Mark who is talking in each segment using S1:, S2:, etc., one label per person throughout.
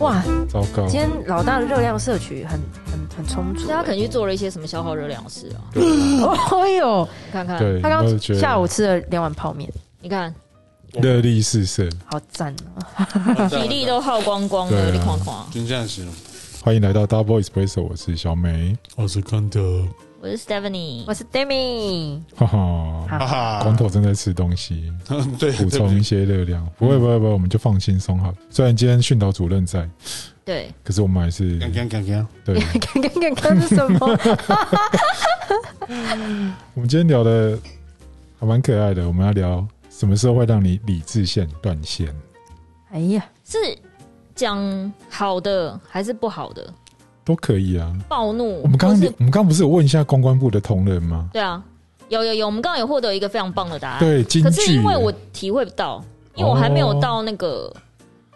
S1: 哇，
S2: 糟糕
S1: 今，天老大的热量摄取很很很充足。
S3: 所 以他可能去做了一些什么消耗热量的事啊？
S1: 哦呦，
S3: 你看看，
S2: 对，
S1: 他刚
S2: 我
S1: 刚
S2: 觉得
S1: 下午吃了两碗泡面，
S3: 你看
S2: 热力四射，
S1: 好赞哦！
S4: 啊
S3: 体力都耗光光了，
S2: 对啊
S3: 你看看。
S4: 真这样形容。
S2: 欢迎来到 Double Espresso，我哦是小美，
S4: 我是康德，
S3: 我是 Stephanie，
S1: 我是 Demi，
S2: 哈哈，
S4: 哈啊哈，
S2: 光头正在吃东西，
S4: 对，
S2: 补充一些热量，不会不会不会，我们就放轻松好了。虽然今天训导主任在，
S3: 对，
S2: 可是我们还是
S4: 刚刚刚刚，
S2: 对，
S1: 刚刚刚刚是什 么？
S2: 我们今天聊的还蛮可爱的，我们要聊什么时候会让你理智线断线？
S1: 哎呀，
S3: 是讲好的还是不好的？
S2: 都可以啊。
S3: 暴怒，
S2: 我们刚刚
S3: 或是
S2: 我们刚刚不是有问一下公关部的同仁吗？
S3: 对啊，有有有，我们刚刚有获得一个非常棒的答案。
S2: 对，京
S3: 啊可是
S2: 剧
S3: 因为我体会不到，因为我还没有
S2: 哦
S3: 到那个，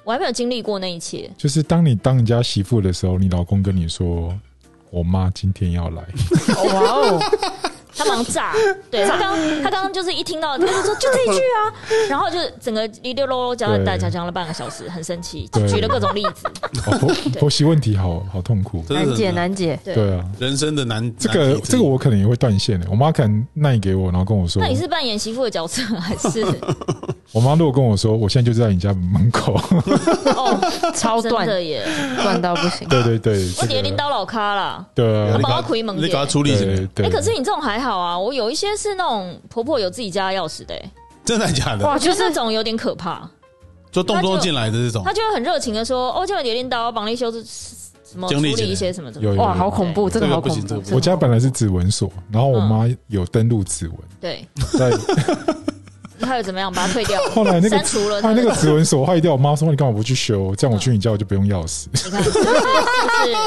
S3: 我还没有经历过那一切。
S2: 就是当你当人家媳妇的时候，你老公跟你说：“我妈今天要来。
S1: 哇哦，
S3: 他忙炸， 对他刚他刚刚就是一听到他就说就这一句啊，然后就整个一溜溜讲了
S2: 对
S3: 大家讲了半个小时，很生气，
S2: 对
S3: 举了各种例子，
S2: 哦”婆婆媳问题好好痛苦。
S4: 真
S1: 难
S4: 的
S1: 解
S4: 是
S1: 难解，
S3: 对
S2: 对啊，
S4: 人生的难。
S2: 这个
S4: 难题
S2: 这个我可能也会断线的。我妈可能耐给我，然后跟我说
S3: 那你是扮演媳妇的角色啊还 是？
S2: 我妈如果跟我说，我现在就在你家门口，
S3: 哦，
S1: 超
S3: 真
S1: 短
S3: 的耶！
S1: 短到不行。
S2: 对对 对，
S3: 我
S2: 这
S3: 点
S2: 个
S3: 领导老咖啦。
S2: 对
S4: 有
S2: 啊
S4: 你
S3: 我，
S4: 给
S3: 把它亏蒙
S4: 你
S3: 点
S4: 给他处理什
S2: 对
S4: 么？
S2: 对。
S3: 哎，可是你这种还好啊，我有一些是那种婆婆有自己家钥匙的，哎
S4: 真的假的？
S2: 哦
S1: 哇，
S3: 我觉
S1: 就
S3: 得这
S1: 是
S3: 种有点可怕。
S4: 就动不动进来的这种
S3: 她，就会很热情的说：“哦，叫我点领导，我帮你修是什么处
S4: 经理
S3: 理
S4: 姐
S3: 一些什么什
S2: 有
S3: 么。
S2: 有
S1: 哇，
S2: 有
S1: 好恐怖，这个
S4: 这个
S1: 好
S4: 不
S1: 恐
S4: 行这
S1: 怖
S4: 个不。
S2: 我家本来是指纹锁，然后我妈有登录指纹，”
S3: 对，
S2: 在
S3: 她又怎么样把它退掉？
S2: 后来那个
S3: 删除了
S2: 后
S3: 她
S2: 来那
S3: 的
S2: 个指纹锁坏掉，我妈说你干嘛不去修？这样我去你家我就不用钥匙。
S3: 你看，就是就是，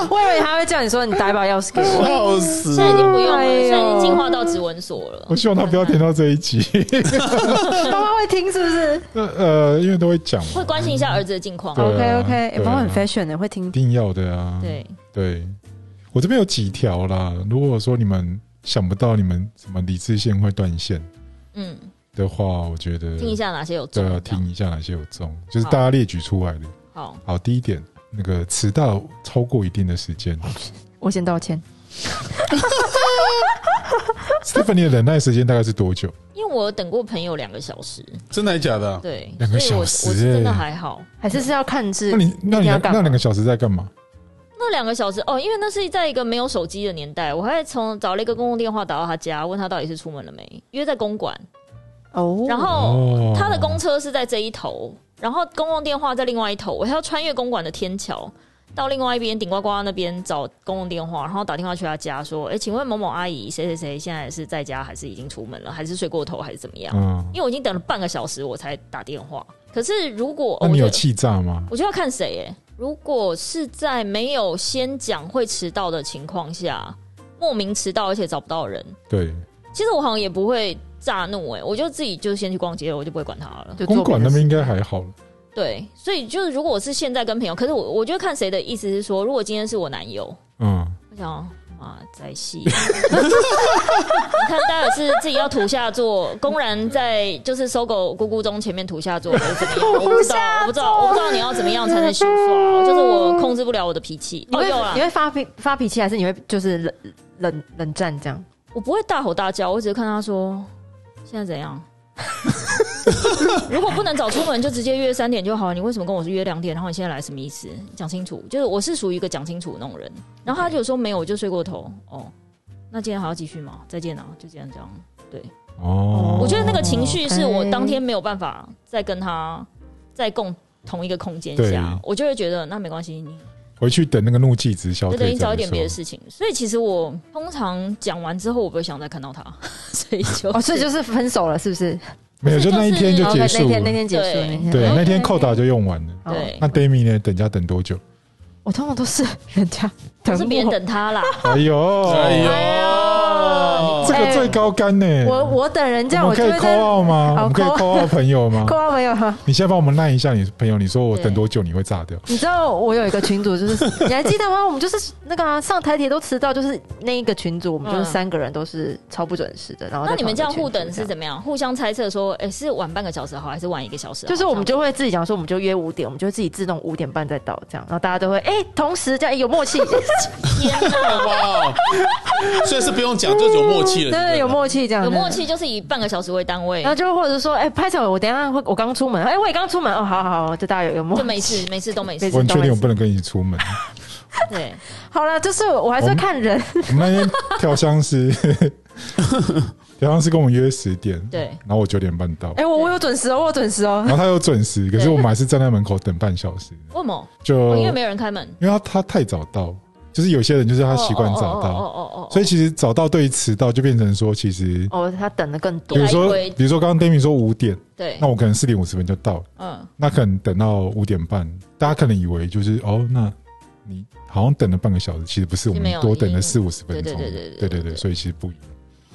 S1: 我以为他会叫你说你打一把钥匙给 我，
S4: 笑死
S3: 现在已经不用了，
S1: 哎呦
S3: 现在已经进化到指纹锁了
S2: 我。希望她不要听到这一集，
S1: 妈妈会听是不是
S2: 呃呃，因为都会讲
S3: 会
S2: 嘛，
S3: 关心一下儿子的近况
S2: 对。啊
S1: ？OK OK，
S2: 对啊
S1: 妈妈哎很 fashion 的，会听
S2: 一。定要的啊。
S3: 对，
S2: 对，我这边有几条啦。如果说你们想不到你们什么理智线会断线
S3: 嗯，
S2: 的话，我觉得
S3: 听一下哪些有
S2: 对
S3: 中。
S2: 啊，
S3: 这样
S2: 听一下哪些有中，就是
S3: 好
S2: 大家列举出来的。
S3: 好，
S2: 好，第一点，那个迟到超过一定的时间
S1: 我先道歉，
S2: ，Stephanie 的忍耐时间大概是多久？
S3: 因为我有等过朋友两个小时，
S4: 真的还假的啊？
S3: 对，
S2: 两个
S3: 所以我
S2: 小时
S3: 我是真的
S2: 欸
S3: 还好。
S1: 还是是要看是
S2: 那你那
S1: 一定
S2: 你
S1: 要
S2: 那
S1: 干嘛
S2: 两个小时在干嘛？
S3: 那两个小时哦，因为那是在一个没有手机的年代，我还从找了一个公共电话打到他家，问他到底是出门了没，约在公馆，
S1: 哦，
S3: 然后
S2: 哦
S3: 他的公车是在这一头，然后公共电话在另外一头，我还要穿越公馆的天桥。到另外一边顶呱呱那边找公共电话，然后打电话去他家说：“哎、请问某某阿姨谁谁谁现在是在家还是已经出门了，还是睡过头还是怎么样？”
S2: 嗯，
S3: 因为我已经等了半个小时我才打电话。可是如果
S2: 那
S3: 哦我
S2: 你
S3: 觉
S2: 有
S3: 得
S2: 气炸吗？
S3: 我就要看谁耶、如果是在没有先讲会迟到的情况下，莫名迟到而且找不到人，
S2: 对，
S3: 其实我好像也不会炸怒哎、我就自己就先去逛街了，我就不会管他了。
S1: 就做别的
S2: 公馆那边
S1: 事
S2: 应该还好了。
S3: 对，所以就是如果我是现在跟朋友，可是我我就看谁的意思是说，如果今天是我男友，
S2: 嗯，
S3: 我想。啊，在戏，你看戴尔是自己要土下座，公然在就是搜狗咕咕中前面土下座，还是怎么样？ 我不知道，我不知道，我不知道你要怎么样才能抒发，就是我控制不了我的脾气。
S1: 你
S3: 哦，
S1: 会、
S3: 有啦
S1: 你，会发脾发脾气，还是你会就是冷冷冷战这样？
S3: 我不会大吼大叫，我只是看他说现在怎样。 如果不能早出门，就直接约三点就好。你为什么跟我是约两点？然后你现在来什么意思？讲清楚。就是我是属于一个讲清楚的那种人。然后他就说没有，我就睡过头。哦，那今天还要继续吗？再见啊，就这样这样。
S2: 哦，
S3: 我觉得那个情绪是我
S1: OK
S3: 当天没有办法再跟他在共同一个空间
S2: 对
S3: 下，我就会觉得那没关系，你
S2: 回去等那个怒气值消
S3: 就
S2: 退
S3: 等
S2: 再
S3: 你
S2: 说。
S3: 找一点别的事情。所以其实我通常讲完之后，我不会想再看到他， 所以就
S1: 哦，所以就是分手了，是不是？
S2: 没有，就
S3: 这就是
S2: 那一天就
S1: o
S2: 结
S1: k
S2: 束
S1: 哦那天那
S2: 了。
S1: 天结束
S3: 对
S1: 那天。
S2: 对，
S3: OK
S2: 那天扣打就用完了。
S1: 好
S3: 对。
S2: 那 Demi 呢？等一下等 多久？
S1: 我通常都是人家等
S3: 是别人
S1: 我，
S3: 等他啦。
S2: 哎呦，
S4: 哎呦，
S3: 哎呦，
S2: 这个最高干呢、
S1: 哎我我等人这样，
S2: 我
S1: 我
S2: 们
S1: 就
S2: 可
S1: 会
S2: 以扣
S1: 在
S2: 二吗？
S1: 好
S2: 我们可以
S1: 扣
S2: 扣二朋友 吗？
S1: 扣到没有吗？
S2: 你现在帮我们赖一下你朋友，你说我
S3: 对
S2: 等多久你会炸掉？
S1: 你知道我有一个群组，就是你还记得吗？我们就是那个、啊、上台铁都迟到，就是那一个群组，我们就是
S3: 嗯
S1: 三个人都是超不准时的。然后
S3: 那
S1: 在
S3: 你们这样
S1: 同一
S3: 互
S1: 个群
S3: 等
S1: 组
S3: 是怎么样？互相猜测说，哎、是晚半个小时好，还是晚一个小时好？
S1: 就是我们就会自己讲说，我们就约五点，我们就自己自动五点半再到这样，然后大家都会哎、同时这样、哎有默 契，
S4: 哇，所以是不用讲，就是有默 契了。
S1: 真的有默契这样，
S3: 有默。契，就是以半个小时为单位
S1: 然，后就或者说，哎、拍手，我等一下会，我刚出门，哎、我也刚出门，哦，好好好，就大家有有默契
S3: 就每次每次都没
S1: 每
S3: 事
S1: 次。
S2: 我很确定我不能跟你一起出门。
S3: 对，
S1: 好了，就是我
S2: 哦
S1: 还是会看人，
S2: 我们那天跳 箱是跳箱是跟我们约十点，
S3: 对
S2: 然后我九点半到
S1: 哎、，我我有准时哦，我有准时哦
S2: 然，后他又准时，可是
S3: 对
S2: 我们还是站在门口等半小时，
S3: 为什么？
S2: 就
S3: 哦因为
S2: 因
S3: 没有人开门，
S2: 为他他太早到，就是有些人就是他习惯早
S3: 哦
S2: 到，
S3: 哦哦哦，
S2: 所以其实早到对于迟到就变成说，其实
S1: 哦，他等的更多
S2: 比如说
S3: 来回
S2: 比如说刚刚 Demi 说五点，
S3: 对
S2: 那，我可能四点五十分就到了，
S3: 嗯，
S2: 那可能等到五点半，大家可能以为就是哦，那你好像等了半个小时，其实不是，我
S3: 其实没
S2: 们
S3: 有
S2: 多等了
S3: 因为
S2: 四五十分
S3: 对
S2: 钟，
S3: 对对对对哦
S2: 对
S3: 对对
S2: 所以其实不一样。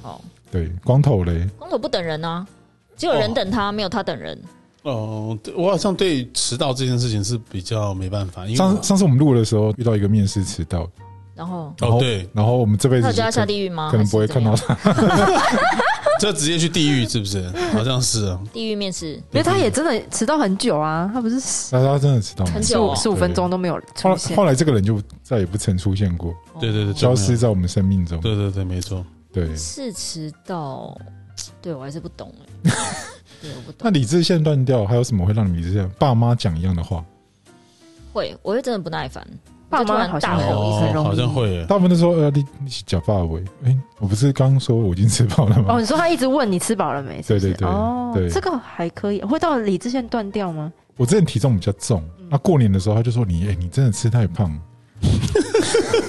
S3: 好，
S2: 对，光头嘞，
S3: 光头不等人啊，只有人等他，没有他等人。
S4: 哦，对我好像对迟到这件事情是比较没办法，因为
S2: 上上次我们录的时候遇到一个面试迟到，
S3: 然后
S2: 然后
S4: 哦对，
S2: 然后我们这辈
S3: 他
S2: 子
S3: 有叫他下
S2: 可
S3: 地狱吗？
S2: 可能不会看到
S3: 还是怎么样
S2: 他，
S4: 这直接去地狱是不是？好像是啊，
S3: 地狱面试，
S1: 因为他也真的迟到很久啊，他不是十
S2: 但 他真的迟到
S3: 很
S2: 蛮
S3: 久哦
S1: 十五分钟都没有
S2: 后
S1: 出
S2: 来
S1: 现
S2: 后。来这个人就再也不曾出现过，
S4: 对对对，
S2: 消失
S4: 真的，
S2: 在我们生命中。
S4: 对对对，没错。
S2: 对，
S3: 是迟到，对我还是不懂哎、对，我不
S2: 那
S3: 懂。
S2: 理智线断掉，还有什么会让你理智线？爸妈讲一样的话，
S3: 会，我会真的不耐烦，
S1: 爸
S3: 我就突
S1: 妈
S3: 然
S1: 好像
S3: 大
S1: 很
S3: 吼
S1: 容易，很容
S2: 哦
S1: 易。
S4: 哦好像会耶。
S2: 大部分都说呃，你你假发尾，哎、我不是刚说我已经吃饱了吗？
S1: 哦，你说他一直问你吃饱了没？是不是
S2: 对对对
S1: 哦
S2: 对，
S1: 这个还可以，会到理智线断掉吗？
S2: 我之前体重比较重，
S3: 嗯
S2: 那过年的时候他就说你，哎、你真的吃太胖了。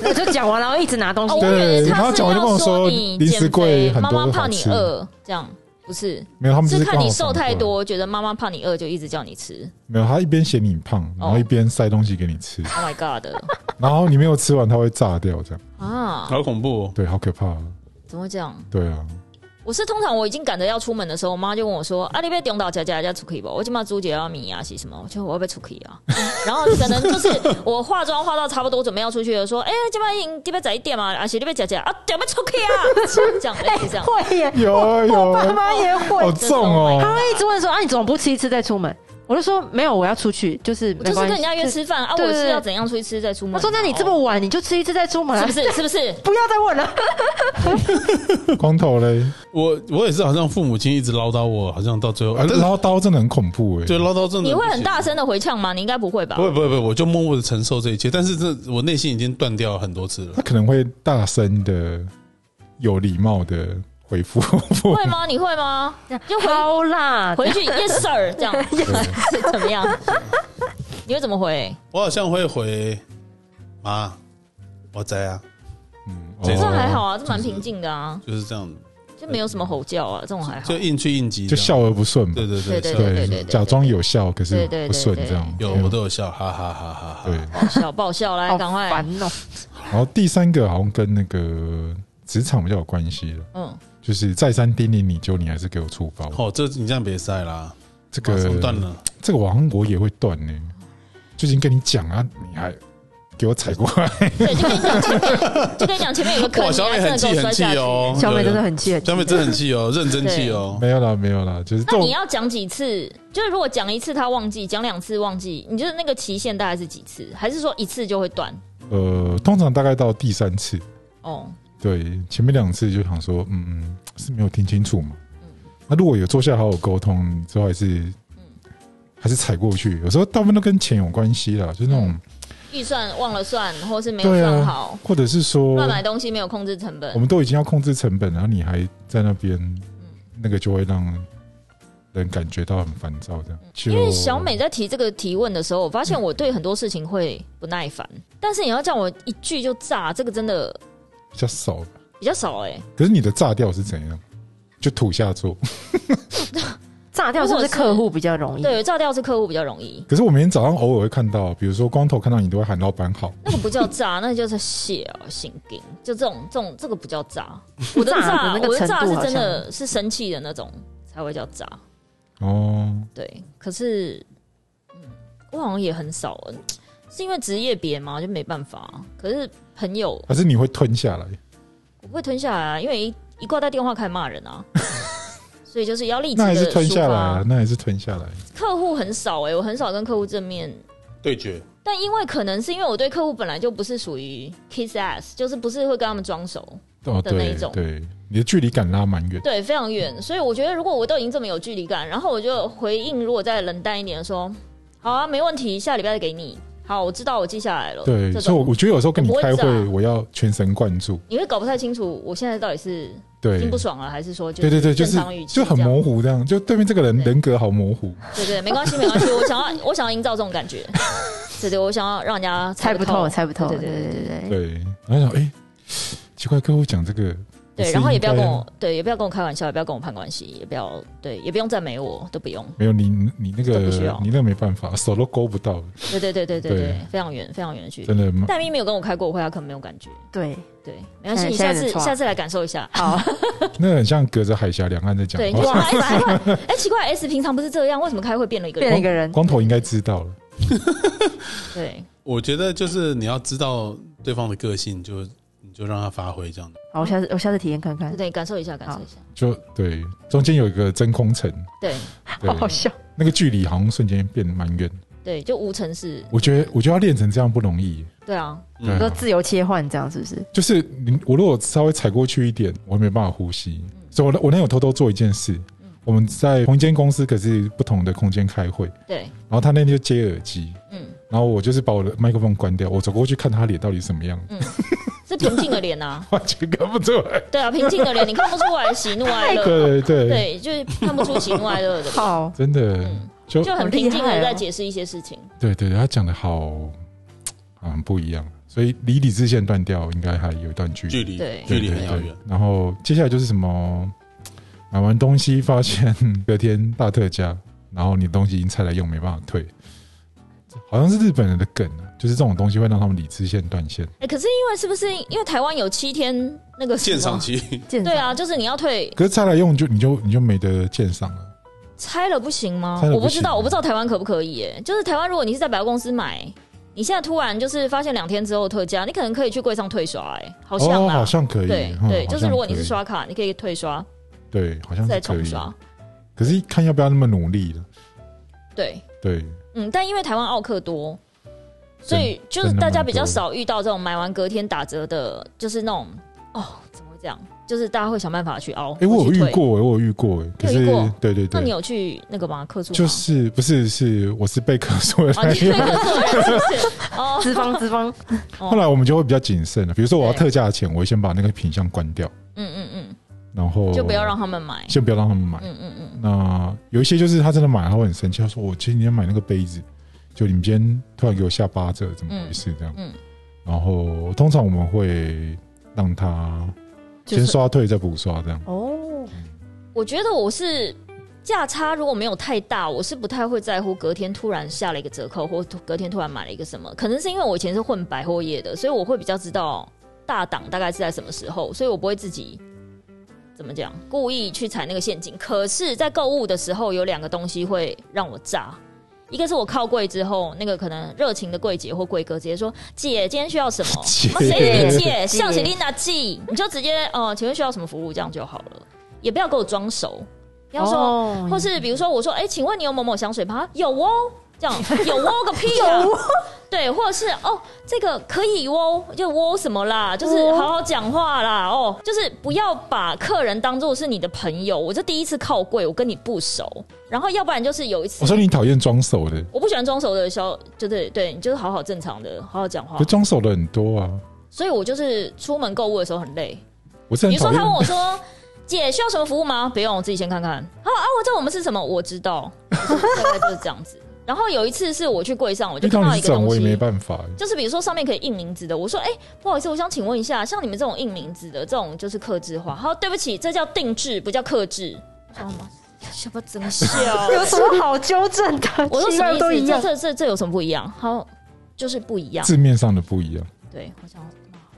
S1: 我就讲完，然后一直拿东西
S3: 哦，我。以
S2: 对
S3: 为
S2: 然后
S3: 他是
S2: 讲完就跟
S3: 要
S2: 我说
S3: 你
S2: 零食
S3: 减肥
S2: 柜很多
S3: 妈妈
S2: 都
S3: 怕
S2: 好
S3: 你
S2: 吃
S3: 饿，这样不是？
S2: 没有，他们就是是
S3: 看
S2: 刚好
S3: 你瘦
S2: 反
S3: 太
S2: 过来。
S3: 多，觉得妈妈怕你饿，就一直叫你吃。
S2: 没有，他一边嫌你胖，
S3: 哦
S2: 然后一边塞东西给你吃，
S3: Oh my god！
S2: 然后你没有吃完，他会炸掉，这样
S3: 啊，
S4: 好恐怖、哦！
S2: 对，好可怕啊。
S3: 怎么会这样？
S2: 对啊，
S3: 我是通常我已经赶着要出门的时候，我妈就问我说：“啊，你被中岛家家家出去不？我今嘛朱姐要米啊，是什么？我就我要被出去啊。” 然后可能就是我化妆化到差不多准备要出去了，说：“哎、今晚经这边在一点嘛，啊，是你被姐姐啊，要被出去啊。”这样类似
S2: 哎
S3: 这样，
S1: 会耶，
S2: 有啊有
S1: 爸
S2: 啊，
S1: 妈也会
S2: 好，重哦。
S1: 他会一直问说啊，你怎么不吃一次再出门？我就说没有，我要出去，就是
S3: 我
S1: 没
S3: 就是
S1: 关
S3: 跟
S1: 系
S3: 人家约。吃饭啊，
S1: 对
S3: 我
S1: 对
S3: 是
S1: 对
S3: 要怎样出去吃再出门啊、
S1: 他说那你这么晚你就吃一次再出门
S3: 是
S1: 啊
S3: 不，是是不是？
S1: 不要再问了。
S2: 光头嘞，
S4: 我我也是，好像父母亲一直唠叨我，好像到最后，
S2: 啊
S4: 哦但是
S2: 然后刀真的很恐怖哎。
S4: 对唠叨真的，
S3: 你会很大。哦声的回呛吗？你应该不会吧
S4: 不？会不会不会，我就默默的承受这一切，但是这我内心已经断掉很多次了
S2: 他。可能会大声的、有礼貌的回 复。
S3: 会吗？你会吗？ 就回
S1: 好啦，
S3: 回去 yes sir 这样 是怎么样？你会怎么回？
S4: 我好像会回妈，我在啊，
S2: 嗯，
S4: 这
S3: 这
S4: 种
S2: 哦
S3: 还好啊，这蛮平静的啊，
S4: 就是这样，
S3: 就没有什么吼叫啊，这种还好
S4: 就。应去应急，
S2: 就。笑而不顺嘛
S4: 对。
S3: 对
S4: 对笑
S3: 对对对
S2: 假装有笑，可是
S3: 对对对
S2: 不顺
S3: 对
S2: 这样。
S4: 有我都有笑，哈哈哈哈哈。
S2: 对。
S3: 爆笑爆笑，来
S1: 好
S3: 赶快，
S1: 烦哦。
S2: 然后第三个好像跟那个职场比较有关系了，
S3: 嗯，
S2: 就是再三叮咛你，就你还是给我出包。
S4: 哦，这你这样别晒啦，
S2: 这
S4: 马
S2: 个
S4: 上断了。
S2: 这个网我也会断呢、最近跟你讲啊，你还给我踩过 来，
S3: 对，就跟你讲前面，就跟你讲前面有个 坑，
S4: 哇，
S3: 你
S4: 小
S3: 还
S4: 美
S3: 真的
S4: 很
S3: 给
S4: 气
S3: 我
S4: 很
S3: 摔
S4: 气
S3: 下去。
S4: 哦，
S1: 小美
S4: 有
S1: 真
S4: 有
S1: 的很气，
S4: 小美真的很气哦，认真气哦。
S2: 没有啦，没有啦，就是这
S3: 那
S2: 种
S3: 你要讲几次？就是如果讲一次他忘记，讲两次忘记，你就是那个期限大概是几次？还是说一次就会断？
S2: 呃，通常大概到第三次，
S3: 哦，
S2: 对，前面两次就想说，嗯嗯，是没有听清楚嘛。
S3: 嗯
S2: 那如果有坐下好好沟通，之后还是还是踩过去。有时候大部分都跟钱有关系啦，就是那
S3: 嗯
S2: 种，
S3: 预算忘了算，或是没有
S2: 对
S3: 算
S2: 啊
S3: 好，，
S2: 或者是
S4: 啊
S2: 说
S3: 乱买东西没有控制成
S2: 我
S3: 本。
S2: 们都已经要控制成本，然后你还在那边，
S3: 嗯
S2: 那个就会让人感觉到很烦躁。这样，就
S3: 嗯因为小美在提这个提问的时候，我发现我对很多事情会不耐烦，但是你要叫我一句就炸，这个真的
S2: 比较少，
S3: 比较少哎、
S2: 可是你的炸掉是怎样？就土下座，
S1: 炸掉是不是客户比较容易？
S3: 对，炸掉是客户比较容易，
S2: 可是我每天早上偶尔会看到，比如说光头看到你都会喊老板好，
S3: 那个不叫炸，那个就是血哦，心经，就这种这种这个不叫炸，我的
S1: 炸
S3: 炸
S1: 的那个
S3: 我的炸
S1: 程度
S3: 是
S1: 好
S3: 真
S1: 像
S3: 的是生气的那种才会叫炸，
S2: 哦，
S3: 对，可是嗯，我好像也很少，嗯是因为职业别嘛，就没办法，可是朋友
S2: 还是你会吞下来？
S3: 我不会吞下来啊，因为一一挂掉电话开始骂人 啊，所以就是要立即
S2: 那还是
S3: 的
S2: 吞下来
S3: 抒发
S2: 啊，。那还是吞下来。
S3: 客户很少哎、我很少跟客户正面，
S4: 对决，
S3: 但因为可能是因为我对客户本来就不是属于 kiss ass，就是不是会跟他们装熟，
S2: 哦，
S3: 的那
S2: 对
S3: 一种
S2: 对，你的距离感拉蛮远。
S3: 对，非常远。所以我觉得如果我都已经这么有距离感，然后我就回应，如果再冷淡一点说，好啊，没问题，下礼拜再给你。好，我知道，我记下来了。
S2: 对，
S3: 这
S2: 所以我
S3: 种
S2: 我觉得有时候跟你
S3: 我不会
S2: 开会，
S3: 炸
S2: 我要全神贯注。
S3: 你会搞不太清楚，我现在到底是
S2: 对，
S3: 听不爽了，还是说就
S2: 对对对，就
S3: 正
S2: 是
S3: 常语气
S2: 就很
S3: 这样
S2: 模糊，这样就对面这个人
S3: 对
S2: 人格好模糊。
S3: 对对，没关系，没关系。我想要，我 想要营造这种感觉。对对，我想要让人家
S1: 猜不
S3: 不
S1: 透，猜不透。
S3: 对
S1: 对
S3: 对
S1: 对
S3: 对
S1: 对对对，
S2: 对，然后想，哎、奇怪，跟我讲这个，
S3: 对，然后也不要跟
S2: 是应
S3: 我，对，也不要跟我开玩笑，也不要跟我攀关系，也不要，对，也不用赞美我，都不用。
S2: 该没有你，你你那个
S3: 这不需要
S2: 你那没办法，手都勾不到，
S3: 对对对对对
S2: 对
S3: 对，非常远，非常远的距离。
S2: 真的吗？
S3: 戴咪没有跟我开过会，他可能没有感觉。
S1: 对，
S3: 对，没关系，
S1: 现在
S3: 你
S1: 现在能
S3: 下次
S1: 错啊
S3: 下次来感受一下。
S1: 好，
S2: 那很像隔着海峡两岸在讲
S3: 对，你就
S2: 话。
S3: 说哎奇怪， 哎奇怪，S 平常不是这样，为什么开会变了一个
S1: 变了一
S3: 人？
S1: 个人，
S2: 光头应该知道了，
S3: 对，
S4: 我觉得就是你要知道对方的个性，就你就让他发挥这样的。
S1: 好，我下次我下次体验看看
S3: 对，对，感受一下，感受一下。
S2: 就对，中间有一个真空层，
S3: 对
S2: 对
S1: 好，好笑。
S2: 那个距离好像瞬间变得蛮远。
S3: 对，就无尘是，
S2: 我觉得，我觉得要练成这样不容易。
S3: 对啊，
S1: 你
S2: 对
S1: 说自由切换这样是不是？
S2: 就是你，我如果稍微踩过去一点，我没办法呼吸。所以我那，我那有偷偷做一件事。我们在同一间公司，可是不同的空间开会。
S3: 对，
S2: 然后他那天就接耳机，
S3: 嗯
S2: 然后我就是把我的麦克风关掉，我走过去看他脸到底什么样，
S3: 嗯，是平静的脸呐。
S2: 完全看不出 来。
S3: 对啊，平静的脸，你看不出来喜怒哀乐，
S2: 对对对，
S3: 对，就是看不出喜怒哀乐 的脸，
S1: 好，
S2: 真的、
S3: 嗯
S2: 就
S3: 就很平静
S1: 好厉害
S3: 的
S1: 哦
S3: 在解释一些事情。
S2: 对对对，他讲的好，啊很不一样。所以离理智线断掉应该还有一段距离，
S4: 距离
S3: 对
S4: 距离
S2: 对对
S4: 很遥远。。
S2: 然后接下来就是什么，买完东西发现隔天大特价，然后你的东西已经拆来用，没办法退。好像是日本人的梗啊，就是这种东西会让他们理智线断线。
S3: 哎、可是因为是不是因为台湾有七天那个什么
S4: 鉴赏？期，
S1: 鉴赏
S3: 对，啊，就是你要退
S2: 可是拆来用就你就你就没得鉴赏了。
S3: 拆了不行吗？
S2: 拆了不行
S3: 我不知道，我不知道台湾可不可以、耶就是台湾，如果你是在百货公司买，你现在突然就是发现两天之后特价，你可能可以去柜上退刷、哎，好像
S2: 哦，
S3: 啊，
S2: 好像可以，
S3: 对
S2: 嗯
S3: 对，
S2: 好
S3: 就是
S2: 像
S3: 如果你
S2: 可
S3: 是
S2: 以
S3: 刷卡，你可以退刷，
S2: 对，好像
S3: 再
S2: 是可
S3: 重
S2: 以，
S3: 刷，
S2: 可是看要不要那么努力了。
S3: 对，
S2: 对，
S3: 嗯，但因为台湾奥克多，所以
S2: 真
S3: 就是大家
S2: 真的蛮多的
S3: 比较少遇到这种买完隔天打折的，就是那种哦，怎么会这样？就是大家会想办法去凹。
S2: 哎，我有
S3: 去
S2: 遇
S3: 退。
S2: 过，我有遇过，哎可
S3: 你有
S2: 是
S3: 遇过
S2: 对对
S3: 那你
S2: 对，
S3: 有去那个吗？客诉吗
S2: 就是不是是我是被 克诉的
S3: 哦，
S2: 那
S3: 你
S2: 一
S3: 去
S2: 方。
S3: 客 诉的人是不是？哦，
S1: 资方资 方，
S2: 后来我们就会比较谨慎了，比如说我要
S3: 对
S2: 特价前，我会先把那个品相关掉，
S3: 嗯嗯
S2: 然后
S3: 嗯，就不要让他们买。
S2: 先不要让他们买。
S3: 嗯嗯嗯，
S2: 那有一些就是他真的买，他会很生气，他说我今天买那个杯子，就你们今天突然给我下八折，怎么回事？这样，
S3: 嗯嗯
S2: 然后通常我们会让他
S1: 就
S2: 先
S1: 是
S2: 刷退再补刷这样。
S1: 哦，
S3: 我觉得我是价差如果没有太大，我是不太会在乎隔天突然下了一个折扣，或隔天突然买了一个什么。可能是因为我以前是混百货业的，所以我会比较知道大档大概是在什么时候，所以我不会自己。怎么讲？故意去踩那个陷阱。可是，在购物的时候，有两个东西会让我炸，一个是我靠柜之后，那个可能热情的柜姐或柜哥直接说：“姐，今天需要什么？
S2: 姐
S3: 妈谁是你
S1: 姐
S3: 姐？像是 Linda 记，你就直接哦、呃请问需要什么服务？这样就好了，也不要给我装熟。不要说，
S1: 哦
S3: 或是比如说我说：哎、请问你有某某香水吗？有哦。”这样 有哦个屁啊！对，或者是哦，这个可以哦，就哦什么啦，就是好好讲话啦，哦，就是不要把客人当做是你的朋友。我这第一次靠柜，我跟你不熟，然后要不然就是有一次
S2: 我说你讨厌装熟的，
S3: 我不喜欢装熟的消，就对对，你就是好好正常的，好好讲话
S2: 可。装熟的很多啊。
S3: 所以我就是出门购物的时候很累。
S2: 我是
S3: 比
S2: 很
S3: 如说
S2: 讨
S3: 他问我
S2: 厌，
S3: 说：“姐需要什么服务吗？”不用，我自己先看看。啊啊，我知道我们是什么，我知道， 就是大概就是这样子。然后有一次是我去柜上，我就
S2: 遇
S3: 看
S2: 到
S3: 到
S2: 你
S3: 一
S2: 这
S3: 个
S2: 种
S3: 东
S2: 我也没
S3: 西，
S2: 办法欸。
S3: 就是比如说上面可以印名字的，我说：“哎、不好意思，我想请问一下，像你们 这种印名字的，这种就是刻制化。”好，对不起，这叫定制，不叫刻制，知道吗？什么怎么笑？
S1: 有什么好纠正的？
S3: 我说
S1: 其
S3: 什么
S1: 他
S3: 意思？
S1: 都一样。
S3: 这这这这有什么不一样？好，就是不一样。
S2: 字面上的不一样。
S3: 对，我想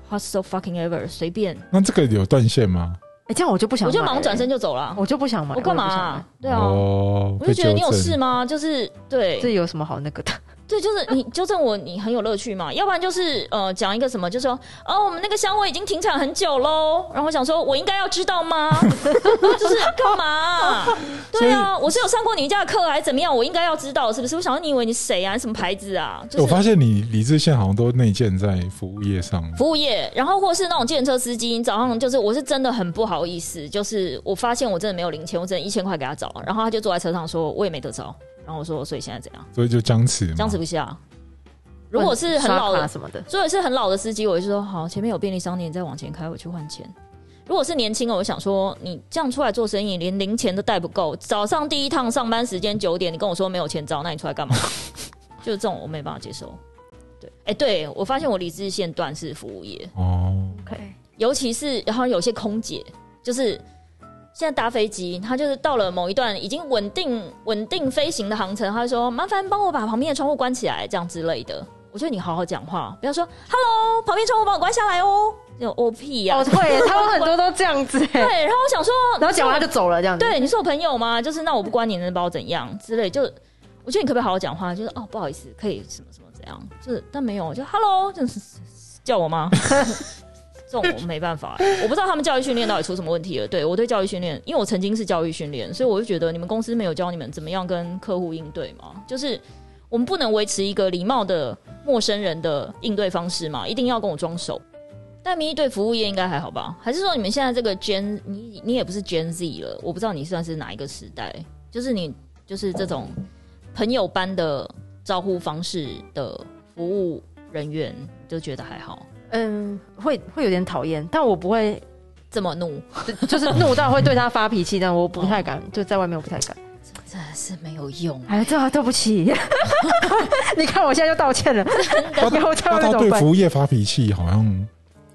S3: hot so fucking ever，随便，
S2: 那这个有断线吗？
S1: 哎，这样我就不想，
S3: 我就忙转身，就走了。
S1: 我就不想买，
S3: 啊我干嘛
S1: 也不
S3: 啊、
S1: 想买？
S3: 对啊。
S2: 哦，
S3: 我就觉得你有事
S2: 吗？
S3: 吗？就是
S1: 这
S3: 对
S1: 有什么好那个的？
S3: 对，就是你纠正我，你很有乐趣嘛。要不然就是呃，讲一个什么，就说哦，我们那个香味已经停产很久喽。然后我想说，我应该要知道吗？ 就是干嘛啊、对啊，我是有上过你家的课还是怎么样？我应该要知道是不是？我想说，你以为你是谁啊？你什么牌子啊？就
S2: 我
S3: 是
S2: 发现你理智线好像都内建在服务业上。
S3: 服务业，然后或是那种建车司机，你早上就是我是真的很不好意思，就是我发现我真的没有零钱，我只能一千块给他找，然后他就坐在车上说我也没得着，然后我说所以现在怎样，
S2: 所以就僵持嘛，
S3: 僵持不啊下。如果是很
S1: 刷
S3: 老
S1: 卡
S3: 的，
S1: 什么的，
S3: 如果是很老的司机，我就说好，前面有便利商店，你再往前开，我去换钱。如果是年轻的，我想说你这样出来做生意，连零钱都带不够，早上第一趟上班时间九点，你跟我说没有钱找，那你出来干嘛？就是这种我没办法接受。对，哎、对我发现我理智线段是服务业，
S2: 哦，
S3: 尤其是然后有些空姐，就是现在搭飞机，她就是到了某一段已经稳定稳定飞行的航程，她就说麻烦帮我把旁边的窗户关起来，这样之类的。我觉得你好好讲话，不要说 “hello”，旁边窗户帮我关下来哦，有 O P 呀、
S1: 哦，会，他们很多都这样子，
S3: 对，
S1: 哎
S3: 然后我想说，
S1: 然后讲完他就走了，这样子。
S3: 对，你是我朋友吗？就是那我不关你，能把我怎样之类？就我觉得你可不可以好好讲话？就是哦，不好意思，可以什么什么怎样？就是但没有，我就 hello，就是叫 我吗？这种我没办法欸、我不知道他们教育训练到底出什么问题了。对我对教育训练，因为我曾经是教育训练，所以我就觉得你们公司没有教你们怎么样跟客户应对嘛，就是我们不能维持一个礼貌的陌生人的应对方式嘛，一定要跟我装熟。但咪对服务业应该还好吧？还是说你们现在这个 Gen，你你也不是 Gen Z 了，我不知道你算是哪一个时代，就是你就是这种朋友般的招呼方式的服务人员，就觉得还好，
S1: 嗯，会会有点讨厌，但我不会，
S3: 这么怒，
S1: 就是怒到会对他发脾气，但我不太
S3: 哦
S1: 敢，就在外面我不太敢。
S3: 真的是没有用。
S1: 哎，对啊，对不起， 你看我现在就道歉了，以后在
S2: 那
S1: 外面怎
S2: 他
S1: 么
S2: 对
S1: 办
S2: 服？务业发脾气，好像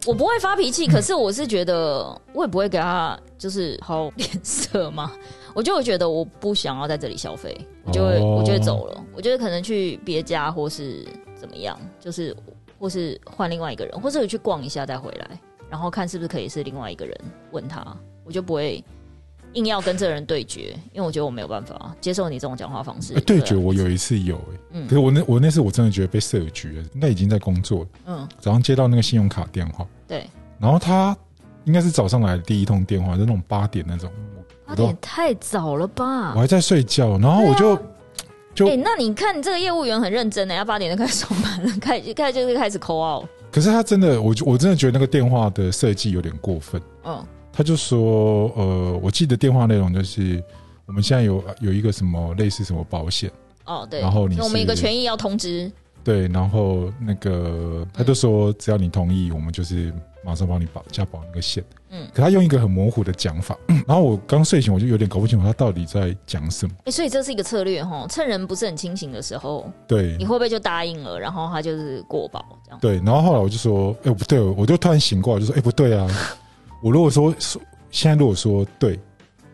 S3: 我不会发脾
S2: 嗯
S3: 气，可是我是觉得我也不会给他就是好脸色嘛。 我就会觉得我不想要在这里消费，我就会、
S2: 哦
S3: 我就会走了。我觉得可能去别家或是怎么样，就是或是换另外一个人，或是我去逛一下再回来，然后看是不是可以是另外一个人问他，我就不会硬要跟这个人对决，因为我觉得我没有办法接受你这种讲话方式。
S2: 哎对决
S3: 啊
S2: 我有一次有哎，
S3: 嗯
S2: 可是我那我那次我真的觉得被设局了，那已经在工作了，
S3: 嗯，
S2: 早上接到那个信用卡电话，
S3: 对，
S2: 然后他应该是早上来的第一通电话，就那种八点那种，我
S3: 有
S2: 我都
S3: 点太早了吧
S2: 我？还在睡觉，然后我就
S1: 啊
S2: 就
S3: 哎、那你看你这个业务员很认真呢、欸他八点就开始上班了，开开就是开始扣 out，
S2: 可是他真的，我就我真的觉得那个电话的设计有点过分。
S3: 嗯，
S2: 他就说，呃，我记得电话内容就是我们现在有有一个什么类似什么保险，
S3: 哦对，
S2: 然后你
S3: 所以我们有
S2: 是
S3: 个权益要通知，
S2: 对，然后那个他就说，只要你同意，我们就是马上帮你保加保那个险。
S3: 嗯
S2: 可他用一个很模糊的讲法， 然后我刚睡醒，我就有点搞不清楚他到底在讲什么。
S3: 哎、所以这是一个策略哈，趁人不是很清醒的时候，
S2: 对
S3: 你，会不会就答应了，然后他就是过保这样？
S2: 对，然后后来我就说，哎、不对，我就突然醒过来，我就说，哎、不对啊，我如果说说现在如果说对，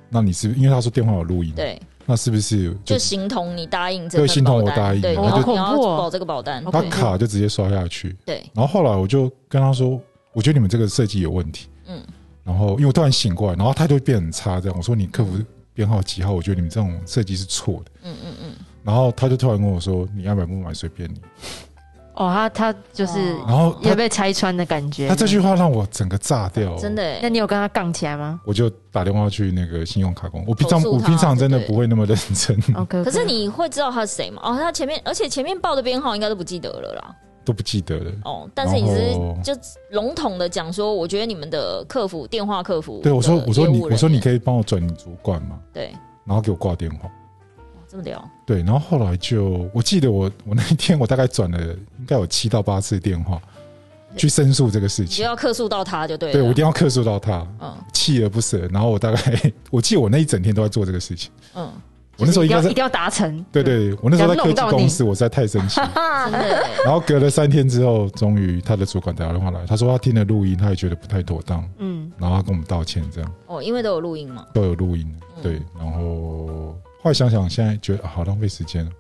S2: 那你是不是因为他说电话有录音，
S3: 对，
S2: 那是不是就
S3: 就形同你答应这
S2: 对
S3: 份
S2: 形同
S3: 保
S2: 我
S3: 单
S2: 答应
S3: 对，
S2: 然
S3: 你
S1: 后
S3: 要
S1: 就
S3: 你要
S1: 好恐怖哦
S3: 保这个保单，
S2: 他
S1: 恐怖
S2: 卡就直接刷下去？
S3: 对，
S2: 然后后来我就跟他说，我觉得你们这个设计有问题，
S3: 嗯，
S2: 然后因为我突然醒过来，然后态度变很差，这样我说你客服编号几号，我觉得你们这种设计是错的，
S3: 嗯嗯嗯，
S2: 然后他就突然跟我说，你要买不买随便你，
S1: 哦，他他就是
S3: 哦
S2: 然后
S1: 也
S2: 他
S1: 被拆穿的感觉。
S2: 他这句话让我整个炸掉，哦
S3: 真的。哎、
S1: 那你有跟他杠起来吗
S2: 我就打电话去那个信用卡公，我平常
S3: 投诉
S2: 我
S3: 他
S2: 平常真的
S3: 对
S2: 不会那么认真，
S1: ？OK，
S3: 可是你会知道他是谁吗？哦，他前面，而且前面报的编号应该都不记得了啦。
S2: 都不记得了。
S3: 哦，但是你只
S2: 然后
S3: 是就笼统的讲说，我觉得你们的客服电话客服，
S2: 对我说我说你我说你
S3: 以，
S2: 可以帮我转你主管嘛，
S3: 对，哦
S2: 然后给我挂电话。
S3: 哇这么聊，
S2: 对，然后后来就我记得我我那一天我大概转了应该有七到八次电话去申诉这个事
S3: 你就
S2: 情，
S3: 要客诉到他就对了。啊
S2: 对我一定要克诉到他，
S3: 嗯
S2: 锲而不舍。然后我大概我记得我那一整天都在做这个事情，
S3: 嗯，
S2: 我那时候
S1: 一
S2: 应
S1: 定
S2: 该
S1: 要
S2: 是
S1: 一定要达成，
S2: 对对，我那时候在科技公司，我实在太生气。
S1: 哈
S3: 真，的，
S2: 然后隔了三天之后，终于他的主管打电话来，他说他听了录音，他也觉得不太妥当，
S1: 嗯，
S2: 然后他跟我们道歉，这样
S3: 哦，因为都有录音嘛，
S2: 都有录音。
S3: 嗯
S2: 对，然后后来想想，现在觉得、啊好浪费时间了。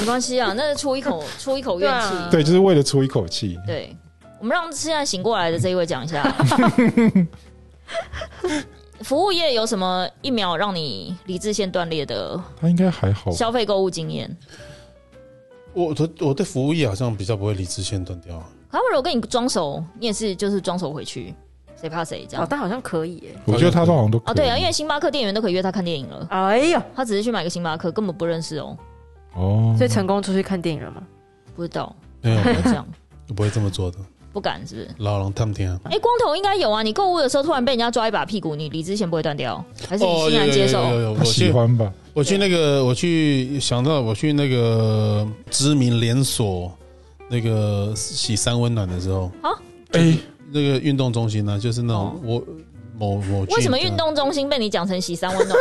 S3: 没关系啊，那是出一 口出一口
S1: 对
S3: 怨
S1: 啊
S3: 气，
S2: 对，啊就是为了出一口气。
S3: 对，我们让现在醒过来的这一位讲 一下，服务业有什么一秒让你理智线断裂的
S2: 他应该还好吧，
S3: 消费购物经验？
S4: 我我我对服务业好像比较不会理智线断掉，
S3: 他们如果跟你装熟，你也是就是装熟回去，谁怕谁这
S1: 哦
S3: 样，？
S1: 但好像可以耶，
S2: 我觉得他都好像都可以
S3: 哦，对啊，因为星巴克店员都可以约他看电影了，
S1: 哎呦，
S3: 他只是去买个星巴克，根本不认识哦，
S2: 哦，
S1: 所以成功出去看电影了吗？
S3: 不知道，
S4: 没有，
S3: 这样
S4: 我不会这么做的。
S3: 不敢是不是？
S4: 老狼他们天啊，
S3: 哎、光头应该有啊！你购物的时候突然被人家抓一把屁股，你理智线不会断掉，还是你欣
S4: 哦，有
S3: 然
S4: 有
S3: 接受？
S4: 有有有，
S2: 他
S4: 我
S2: 喜
S4: 去
S2: 欢吧？
S4: 我去那个我去想到我去那个知名连锁那个洗三温暖的时候，
S2: 哎，
S4: 那个运动中心呢，就是那种
S3: 哦
S4: 我某某
S3: 为什么
S4: gym
S3: 运动中心被你讲成洗三温暖？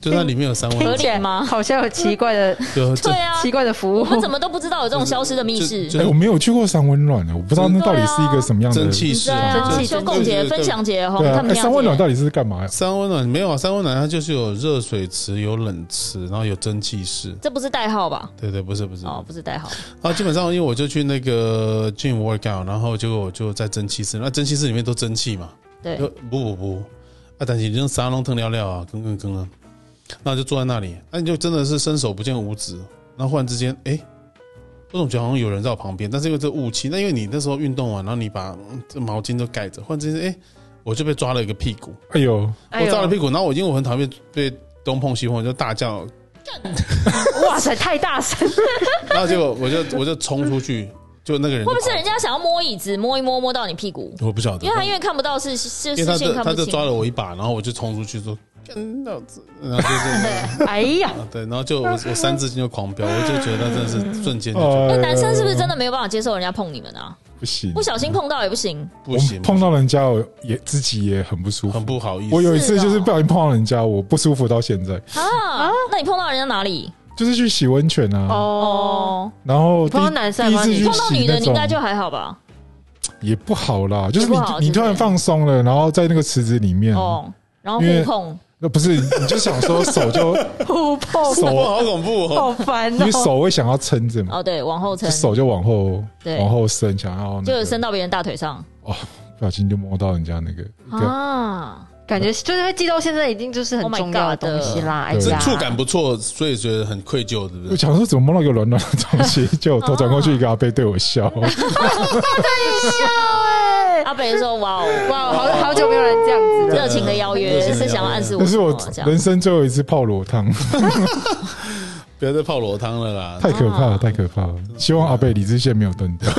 S4: 就它里面有三温
S3: 合
S4: 暖，
S3: 理吗？
S1: 好像有奇怪的
S4: 就这
S3: 对啊，
S1: 奇怪的服务
S3: 我，们怎么都不知道有这种消失的密室？
S4: 就
S2: 哎，我没有去过三温暖的，啊我不知道那到底是一
S3: 啊
S2: 个什么样的
S4: 蒸。汽室
S3: 对
S1: 蒸
S3: 啊，
S1: 汽
S3: 修共节、分。享节、红
S2: 对
S3: 他
S2: 啊，
S3: 们
S2: 哎，
S3: 家
S2: 三温暖
S3: 节，
S2: 到底是干嘛呀？
S4: 三温暖没有啊，三温暖它就是有热水池、有冷池，然后有蒸汽室。
S3: 这不是代号吧？
S4: 对对，不是不是。
S3: 哦，不是代号，
S4: 然后基本上，因为我就去那个 gym workout，然后结果我就在蒸汽室，那蒸汽室里面都蒸汽嘛，
S3: 对
S4: 就，不不不，啊，但是你用沙龙腾聊聊啊，跟跟跟啊，那我就坐在那里，那你就真的是伸手不见五指，然后忽然之间，哎、我总觉得好像有人在我旁边，但是因为这雾气，那因为你那时候运动完，然后你把嗯这毛巾都盖着，忽然之间，哎、我就被抓了一个屁股，
S2: 哎呦，
S1: 哎呦
S4: 我抓了屁股，然后我因为我很讨厌被东碰西碰，我就 大叫，
S1: 哎哇塞，太大声，
S4: 然后结果我就我就冲出去，就那个人就
S3: 会不会是
S4: 跑
S3: 人家想要摸椅子，摸一摸摸到你屁股？
S4: 我不晓得，
S3: 因为他因为看不到是是
S4: 因为
S3: 视
S4: 他
S3: 线
S4: 就
S3: 看
S4: 他
S3: 不
S4: 就
S3: 清，
S4: 抓了我一把，然后我就冲出去说干老子，然后就是。
S1: 哎呀，
S4: 啊，对，然后 就我我三字经就狂飙，我就觉得那真的是瞬间就觉得
S2: 呃
S3: 那男生是不是真的没有办法接受人家碰你们啊？
S2: 不行？
S3: 不小心碰到也不行，
S4: 不行
S2: 我，碰到人家，我也自己也很不舒服，
S4: 很不好意思。
S2: 我有一
S3: 是
S2: 次
S3: 哦
S2: 就是不小心碰到人家，我不舒服到现在，
S3: 啊，那你碰到人家哪里？
S2: 就是去洗温泉啊，
S1: 哦，
S3: 哦，
S2: 然后第
S1: 碰
S2: 一
S1: 到男生
S2: 第一
S1: 还
S2: 次
S1: 帮你
S2: 去
S3: 碰到
S2: 洗
S3: 女的
S2: 那
S3: 你应该就
S2: 种
S3: 还好吧？
S2: 也不好啦，就是你
S3: 也不好
S2: 你
S3: 是不是
S2: 突然放松了，然后在那个池子里面，
S3: 哦，然后
S2: 因为
S3: 互碰，
S2: 那不是你就想说手 就
S1: 互碰
S2: 手啊
S4: 哇，好恐怖哦！
S1: 哦好烦
S2: 因
S1: 哦
S2: 为，手会想要撑着嘛，
S3: 哦，对，往后
S2: 就
S3: 撑，
S2: 手就往后
S3: 对
S2: 往后伸，想要那
S3: 就
S2: 个
S3: 有伸到别人大腿上
S2: 不小心就摸到人家那个一个
S3: 啊。
S1: 感觉就是会记到现在已经就是很
S3: Oh my
S1: 重要的
S3: God
S1: 东西啦，哎
S2: 对
S4: 这
S1: 呀，
S4: 触感不错，所以觉得很愧疚，对不
S2: 我
S4: 对？
S2: 想说怎么摸到一个软软的东西，就我头转过去，一个阿贝对我 笑，
S1: 哎，
S3: 阿北说：“哇哦，
S1: 哇，好好久没有人这样子
S4: 啊
S3: 热
S1: 了，
S3: 情的邀
S4: 热情
S3: 约
S4: 的邀约
S3: 是想要暗示我
S2: 那
S3: 什
S2: 是我
S3: 么？”这样啊
S2: 人生最后一次泡裸汤，
S4: 不要再泡裸汤了啦。
S2: 太可怕了，太可怕了！希望阿贝理智线没有断掉。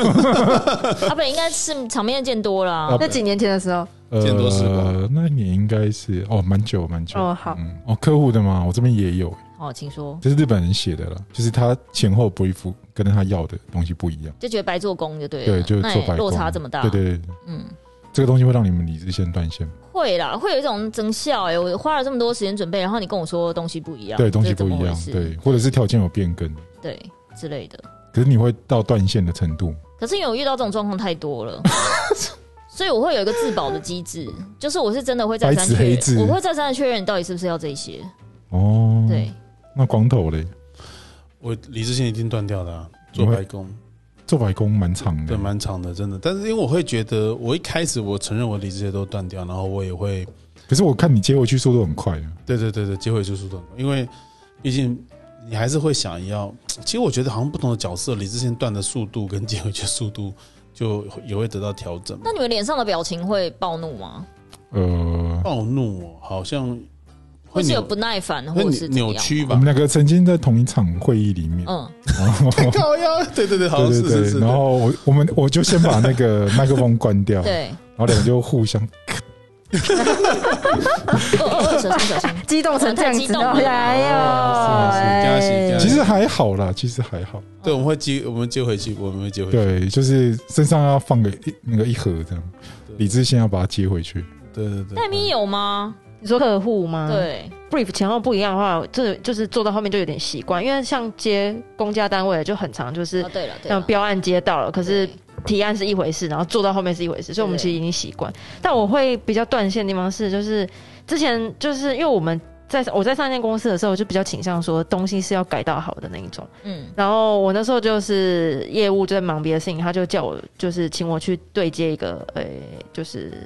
S3: 阿北应该是场面见多了啊
S2: 啊，
S1: 那几年前的时候，
S4: 见多识广
S2: 呃，那你应该是哦，蛮久蛮久。
S1: 哦好
S2: 嗯，哦，客户的嘛，我这边也有，
S3: 哦，请说，
S2: 这是日本人写的啦，就是他前后 brief 跟他要的东西不一样，
S3: 就觉得白做工就对了，
S2: 对，就是
S3: 那
S2: 做
S3: 也
S2: 白工
S3: 落差这么大，
S2: 对对对，
S3: 嗯。
S2: 这个东西会让你们理智线断线，
S3: 会啦，会有一种增效哎、我花了这么多时间准备，然后你跟我说东西不一样，
S2: 对，东西
S3: 这怎
S2: 不
S3: 么
S2: 一
S3: 回
S2: 样，
S3: 事
S2: 对，或者是条件有变更，
S3: 对之类的。
S2: 可是你会到断线的程度，
S3: 可是因为我遇到这种状况太多了， 所以我会有一个自保的机制，就是我是真的会再三
S2: 白纸黑
S3: 确
S2: 字
S3: 认，我会再三的确认你到底是不是要这些。
S2: 哦，
S4: 嗯
S3: 对，，
S2: 那光头嘞，
S4: 我理智线一定断掉的、啊，做白工
S2: 做白工蛮长
S4: 对
S2: 的，
S4: 蛮长的，真的。但是因为我会觉得，我一开始我承认我理智线都断掉，然后我也会，
S2: 可是我看你接回去速度很快啊，
S4: 对对对对，结尾就是断，因为毕竟。你还是会想要，其实我觉得好像不同的角色，理智线断的速度跟结尾的速度就也会得到调整嘛。
S3: 那你们脸上的表情会暴怒吗？
S2: 呃，
S4: 暴怒哦，好像
S3: 或
S4: 会
S3: 是有
S4: 扭
S3: 不耐烦，或
S4: 会
S3: 者是怎
S4: 扭
S3: 么样
S4: 扭曲
S2: 我
S4: 吧
S2: 们？两个曾经在同一场会议里面，
S3: 嗯，
S2: 然 后。
S4: 高腰，对对对， 好
S2: 对
S4: 哦像是
S2: 对
S4: 是
S2: 对，
S4: 是。
S2: 然后我我们我就先把那 个麦克风关掉，
S3: 对，
S2: 然后两个就互相
S3: 哦哦哦，小心小 心。
S1: 激动成这样子
S3: 太激动了
S1: 哦，来
S4: 哦
S1: 哟，
S4: 是是加
S1: 哎
S4: 戏加
S2: 其
S4: 戏
S2: 实还好啦，其实还好。
S4: 对，我们会接，我们接回去，我们会接回去。
S2: 对，就是身上要放个一那个一盒这样，理智先要把它接回去。
S4: 对对对，
S3: 戴咪有吗？
S1: 你说客户吗？
S4: 嗯
S3: 对，
S1: brief 前后不一样的话，这就是做到后面就有点习惯，因为像接公家单位就很长，就是
S3: 啊对了，对
S1: 像
S3: 了，
S1: 标案接到了，可是
S3: 对
S1: 提案是一回事，然后做到后面是一回事，所以我们
S3: 对
S1: 其实已经习惯。但我会比较断线的地方是，就是之前就是因为我们在我在上一间公司的时候，就比较倾向说东西是要改到好的那一种。
S3: 嗯，
S1: 然后我那时候就是业务就在忙别的事情，他就叫我就是请我去对接一个，呃、就是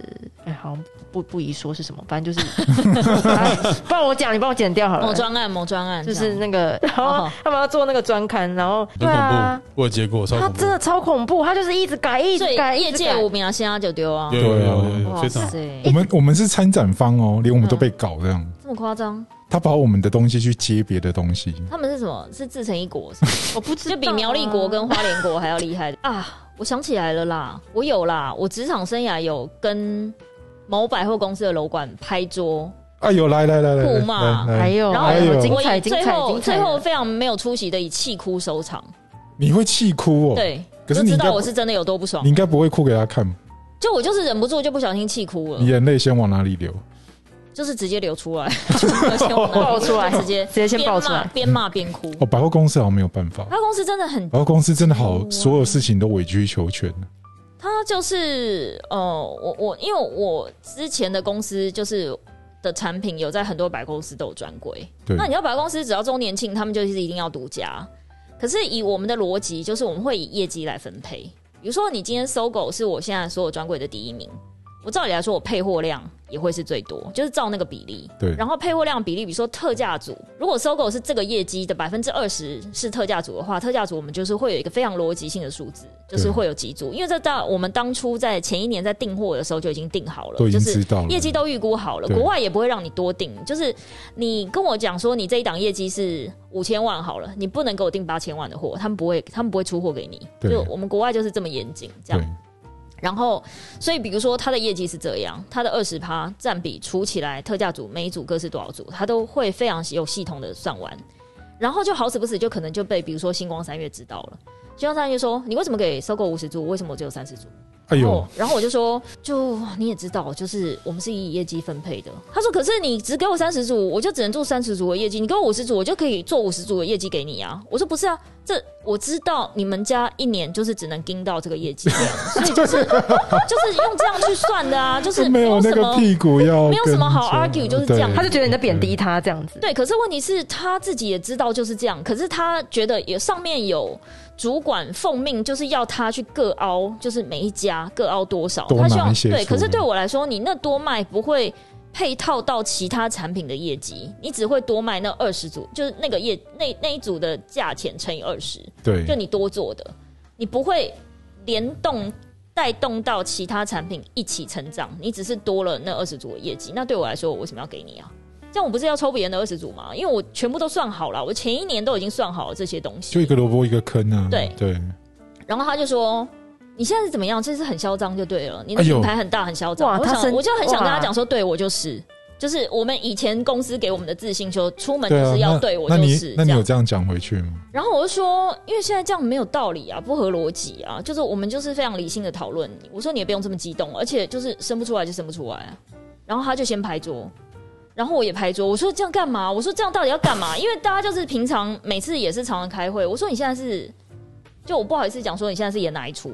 S1: 哎、好像不不宜说是什么，反正 就是，不然我讲你帮我剪掉好
S3: 某
S1: 了。
S3: 专案，某专案，
S1: 就是
S3: 这样
S1: 那个，然后
S3: 哦
S1: 他们要做那个专刊，然后
S4: 很
S1: 对
S4: 恐
S1: 啊，
S4: 怖，我有结果超
S1: 他
S4: 恐怖
S1: 真，的超恐怖，他就是一直改，一
S3: 所
S1: 直
S3: 以
S1: 改，一
S3: 业
S1: 直
S3: 界
S1: 改
S3: 无名啊，现在就丢啊
S4: 有，有有有有
S3: 哇
S4: 非常
S3: 塞，
S2: 我们我们是参展方哦，连我们都
S3: 嗯
S2: 被搞这样。
S3: 这么夸张？
S2: 他把我们的东西去接别的东西，
S3: 他们是什么？是自成一国，是吗
S1: 我不知道啊
S3: 就比苗栗国跟花莲国还要 厉害啊！我想起来了啦，我有啦，我职场生涯有跟某百货公司的楼管拍桌，
S2: 哎呦，来来来来
S3: 不
S2: 来
S3: 嘛
S2: 来，来哎
S1: 还有
S3: 然后
S1: 还有
S2: 我
S1: 哦哎精
S3: 我
S1: 彩
S3: 以
S1: 精
S3: 最
S1: 彩
S3: 后
S1: 精彩
S3: 最，后非常没有出息的以气哭收场，
S2: 你会气哭哦。，
S3: 对，
S2: 可是
S3: 就
S2: 你
S3: 知
S2: 应该
S3: 道
S2: 不
S3: 我是真的有多不爽
S2: 你，应该不会哭给他看，
S3: 就我就是忍不住就不小心气哭了
S2: 你，眼泪先往哪里流？
S3: 就是直接流 出来，爆
S1: 爆出来
S3: 直接
S1: 直接先爆出来
S3: 边骂边骂边哭。
S2: 哦，百货公司好像没有办法，
S3: 他公司真的很
S2: 百货公司真的好
S3: 哇，
S2: 所有事情都委曲求全。
S3: 他就是呃，我我因为我之前的公司就是的产品有在很多百货公司都有专柜，
S2: 对
S3: 那你知道百货公司只要周年庆，他们就是一定要独家。可是以我们的逻辑，就是我们会以业绩来分配。比如说，你今天搜狗是我现在所有专柜的第一名，我照理来说，我配货量也会是最多，就是照那个比例。
S2: 对
S3: 然后配货量比例，比如说特价组，如果搜狗是这个业绩的百分之二十是特价组的话，特价组我们就是会有一个非常逻辑性的数字，就是
S2: 对
S3: 会有几组，因为这到我们当初在前一年在订货的时候就已经定好了，
S2: 都已经
S3: 就
S2: 知
S3: 是
S2: 道了
S3: 业绩都预估好了，
S2: 嗯对
S3: 国外也不会让你多定，就是你跟我讲说你这一档业绩是五千万好了，你不能给我定八千万的货，他们不会，他们不会出货给你，
S2: 对
S3: 就我们国外就是这么严谨这样
S2: 对。，
S3: 然后，所以比如说它的业绩是这样，它的二十趴占比除起来，特价组每一组各是多少组，它都会非常有系统的算完。然后就好死不死，就可能就被比如说星光三月知道了。星光三月说：“你为什么给收购五十组？为什么我只有三十组？”
S2: 哎
S3: 然
S2: 呦
S3: 后，，然后我就说：“就你也知道，就是我们是以业绩分配的。”他说：“可是你只给我三十组，我就只能做三十组的业绩；你给我五十组，我就可以做五十组的业绩给你啊。”我说：“不是啊，这我知道你们家一年就是只能盯到这个业绩量，所以就是就是用这样去算的啊，就 是
S2: 没
S3: 有
S2: 那
S3: 什
S2: 个
S3: 么
S2: 屁股要跟着，
S3: 没有什么好 argue，就是这样
S2: 对
S1: 他就觉得你在贬低他这样子。
S3: 对，可是问题是他自己也知道就是这样，可是他觉得也上面有主管奉命，就是要他去各凹，就是每一家各凹多少，
S2: 多
S3: 他希
S2: 拿
S3: 望
S2: 一些
S3: 对。
S2: 出
S3: 可是
S2: 来
S3: 对我来说，你那多卖不会配套到其他产品的业绩，你只会多卖那二十组，就是那个业那那一组的价钱乘以二十，
S2: 对
S3: 就
S2: 对
S3: 你多做的，你不会联动带动到其他产品一起成长，你只是多了那二十组的业绩。那对我来说，我为什么要给你啊？这样我不是要抽别人的二十组吗？因为我全部都算好了，我前一年都已经算好了这些东
S2: 就一
S3: 西。
S2: 个萝卜一个坑啊。
S3: 对
S2: 对，
S3: 然后他就说。你现在是怎么样？这是很嚣张就对了，你的
S2: 哎呦
S3: 品牌很大，很嚣张。
S1: 哇
S3: 我
S1: 他
S3: 想，
S1: 生
S3: 我就很想跟他
S1: 哇
S3: 讲说，对我就是，就是我们以前公司给我们的自信，就出门就
S2: 对啊
S3: 是，要
S2: 那
S3: 对我
S2: 那
S3: 就
S2: 你
S3: 是。
S2: 那
S3: 这
S2: 你
S3: 样。
S2: 有这样讲回去吗？
S3: 然后我就说，因为现在这样没有道理啊，不合逻辑啊，就是我们就是非常理性的讨论。我说你也不用这么激动，而且就是生不出来就生不出来、啊。然后他就先拍桌，然后我也拍桌，我说这样干嘛？我说这样到底要干嘛？因为大家就是平常每次也是常常开会，我说你现在是，就我不好意思讲说你现在是演哪一出。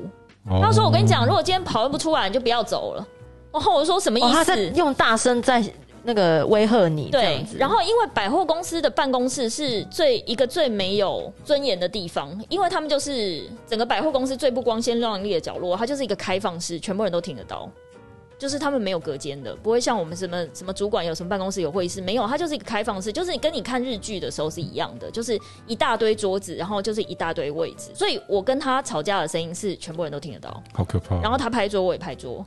S2: 哦
S3: 他说我跟你讲，如果今天讨论不出来，你就不要走了。然后我说什么意思？
S1: 哦，他在用大声在那个威吓你，这
S3: 对
S1: 样，子
S3: 然后因为百货公司的办公室是最一个最没有尊严的地方，因为他们就是整个百货公司最不光鲜亮丽的角落，它就是一个开放式，全部人都听得到。就是他们没有隔间的，不会像我们什么什么主管有什么办公室有会议室，没有，它就是一个开放式，就是跟你看日剧的时候是一样的，就是一大堆桌子，然后就是一大堆位置。所以我跟他吵架的声音是全部人都听得到。
S2: 好可怕，
S3: 然后他拍桌，我也拍桌，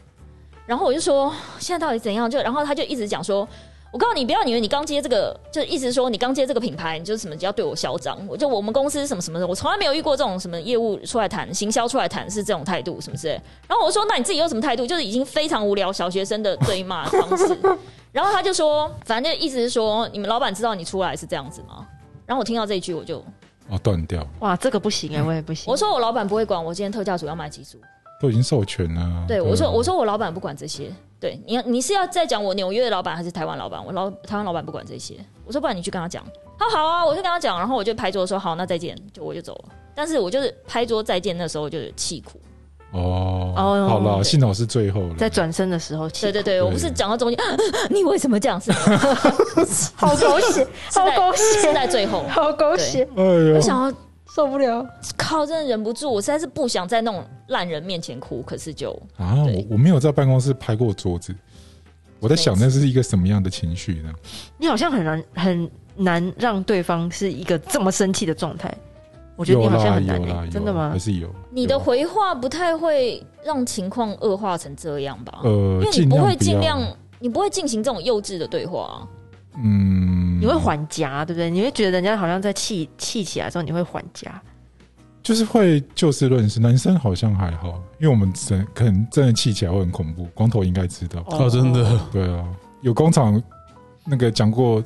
S3: 然后我就说现在到底怎样？就然后他就一直讲说，我告诉你，不要以为你刚接这个，就一直说你刚接这个品牌，你就是什么要对我嚣张，我就我们公司什么什么的，我从来没有遇过这种什么业务出来谈、行销出来谈是这种态度，什么之类的。然后我说那你自己有什么态度？就是已经非常无聊小学生的对骂方式。 然后他就说，反正就意思是说，你们老板知道你出来是这样子吗？然后我听到这一句，我就
S2: 哦断掉了，
S1: 哇，这个不行哎，我也不行。
S3: 我说我老板不会管我今天特价组要买几组，
S2: 都已经授权了。
S3: 对，
S2: 啊
S3: 我说我说我老板不管这些。对，你要你是要再讲我纽约的老板还是台湾老板？我老台湾老板不管这些。我说不然你去跟他讲。他好啊，我就跟他讲，然后我就拍桌说好，那再见，就我就走了。但是我就是拍桌再见，那时候我就是气哭。
S2: 哦，
S1: 哦
S2: 好了，
S1: 对
S2: 幸好是最后了，
S1: 在转身的时候气
S3: 对
S1: 哭，
S3: 对对，我不是讲到中间， 你为什么这样？是
S1: 好狗血，好狗
S3: 是
S1: 血，
S3: 在最后，
S1: 好狗血，
S2: 哎
S3: 我
S2: 呦，
S3: 想要
S1: 受不了。
S3: 靠，真的忍不住，我实在是不想在那种烂人面前哭，可是就
S2: 啊，我
S3: 对
S2: 我没有在办公室拍过桌子，我在想
S3: 没
S2: 那是一个什么样的情绪呢？
S1: 你好像很难很难让对方是一个这么生气的状态，我觉得你
S2: 有
S1: 好像
S2: 啦
S1: 很难
S2: 有
S1: 欸、
S2: 啦，有嗯
S1: 真的
S2: 啦
S1: 吗
S2: 还？是有
S3: 你的
S2: 有啊
S3: 回话不太会让情况恶化成这样吧？因
S2: 呃
S3: 为，你
S2: 尽
S3: 不
S2: 量
S3: 会尽
S2: 要
S3: 量，你不会进行这种幼稚的对话啊、
S2: 嗯，
S1: 你会缓夹，对不对？你会觉得人家好像在气气起来之后，你会缓夹。
S2: 就是会就事论事，男生好像还好，因为我们真可能真的气起来会很恐怖，光头应该知道。
S4: 哦，真的，
S2: 对啊，有工厂那个讲过，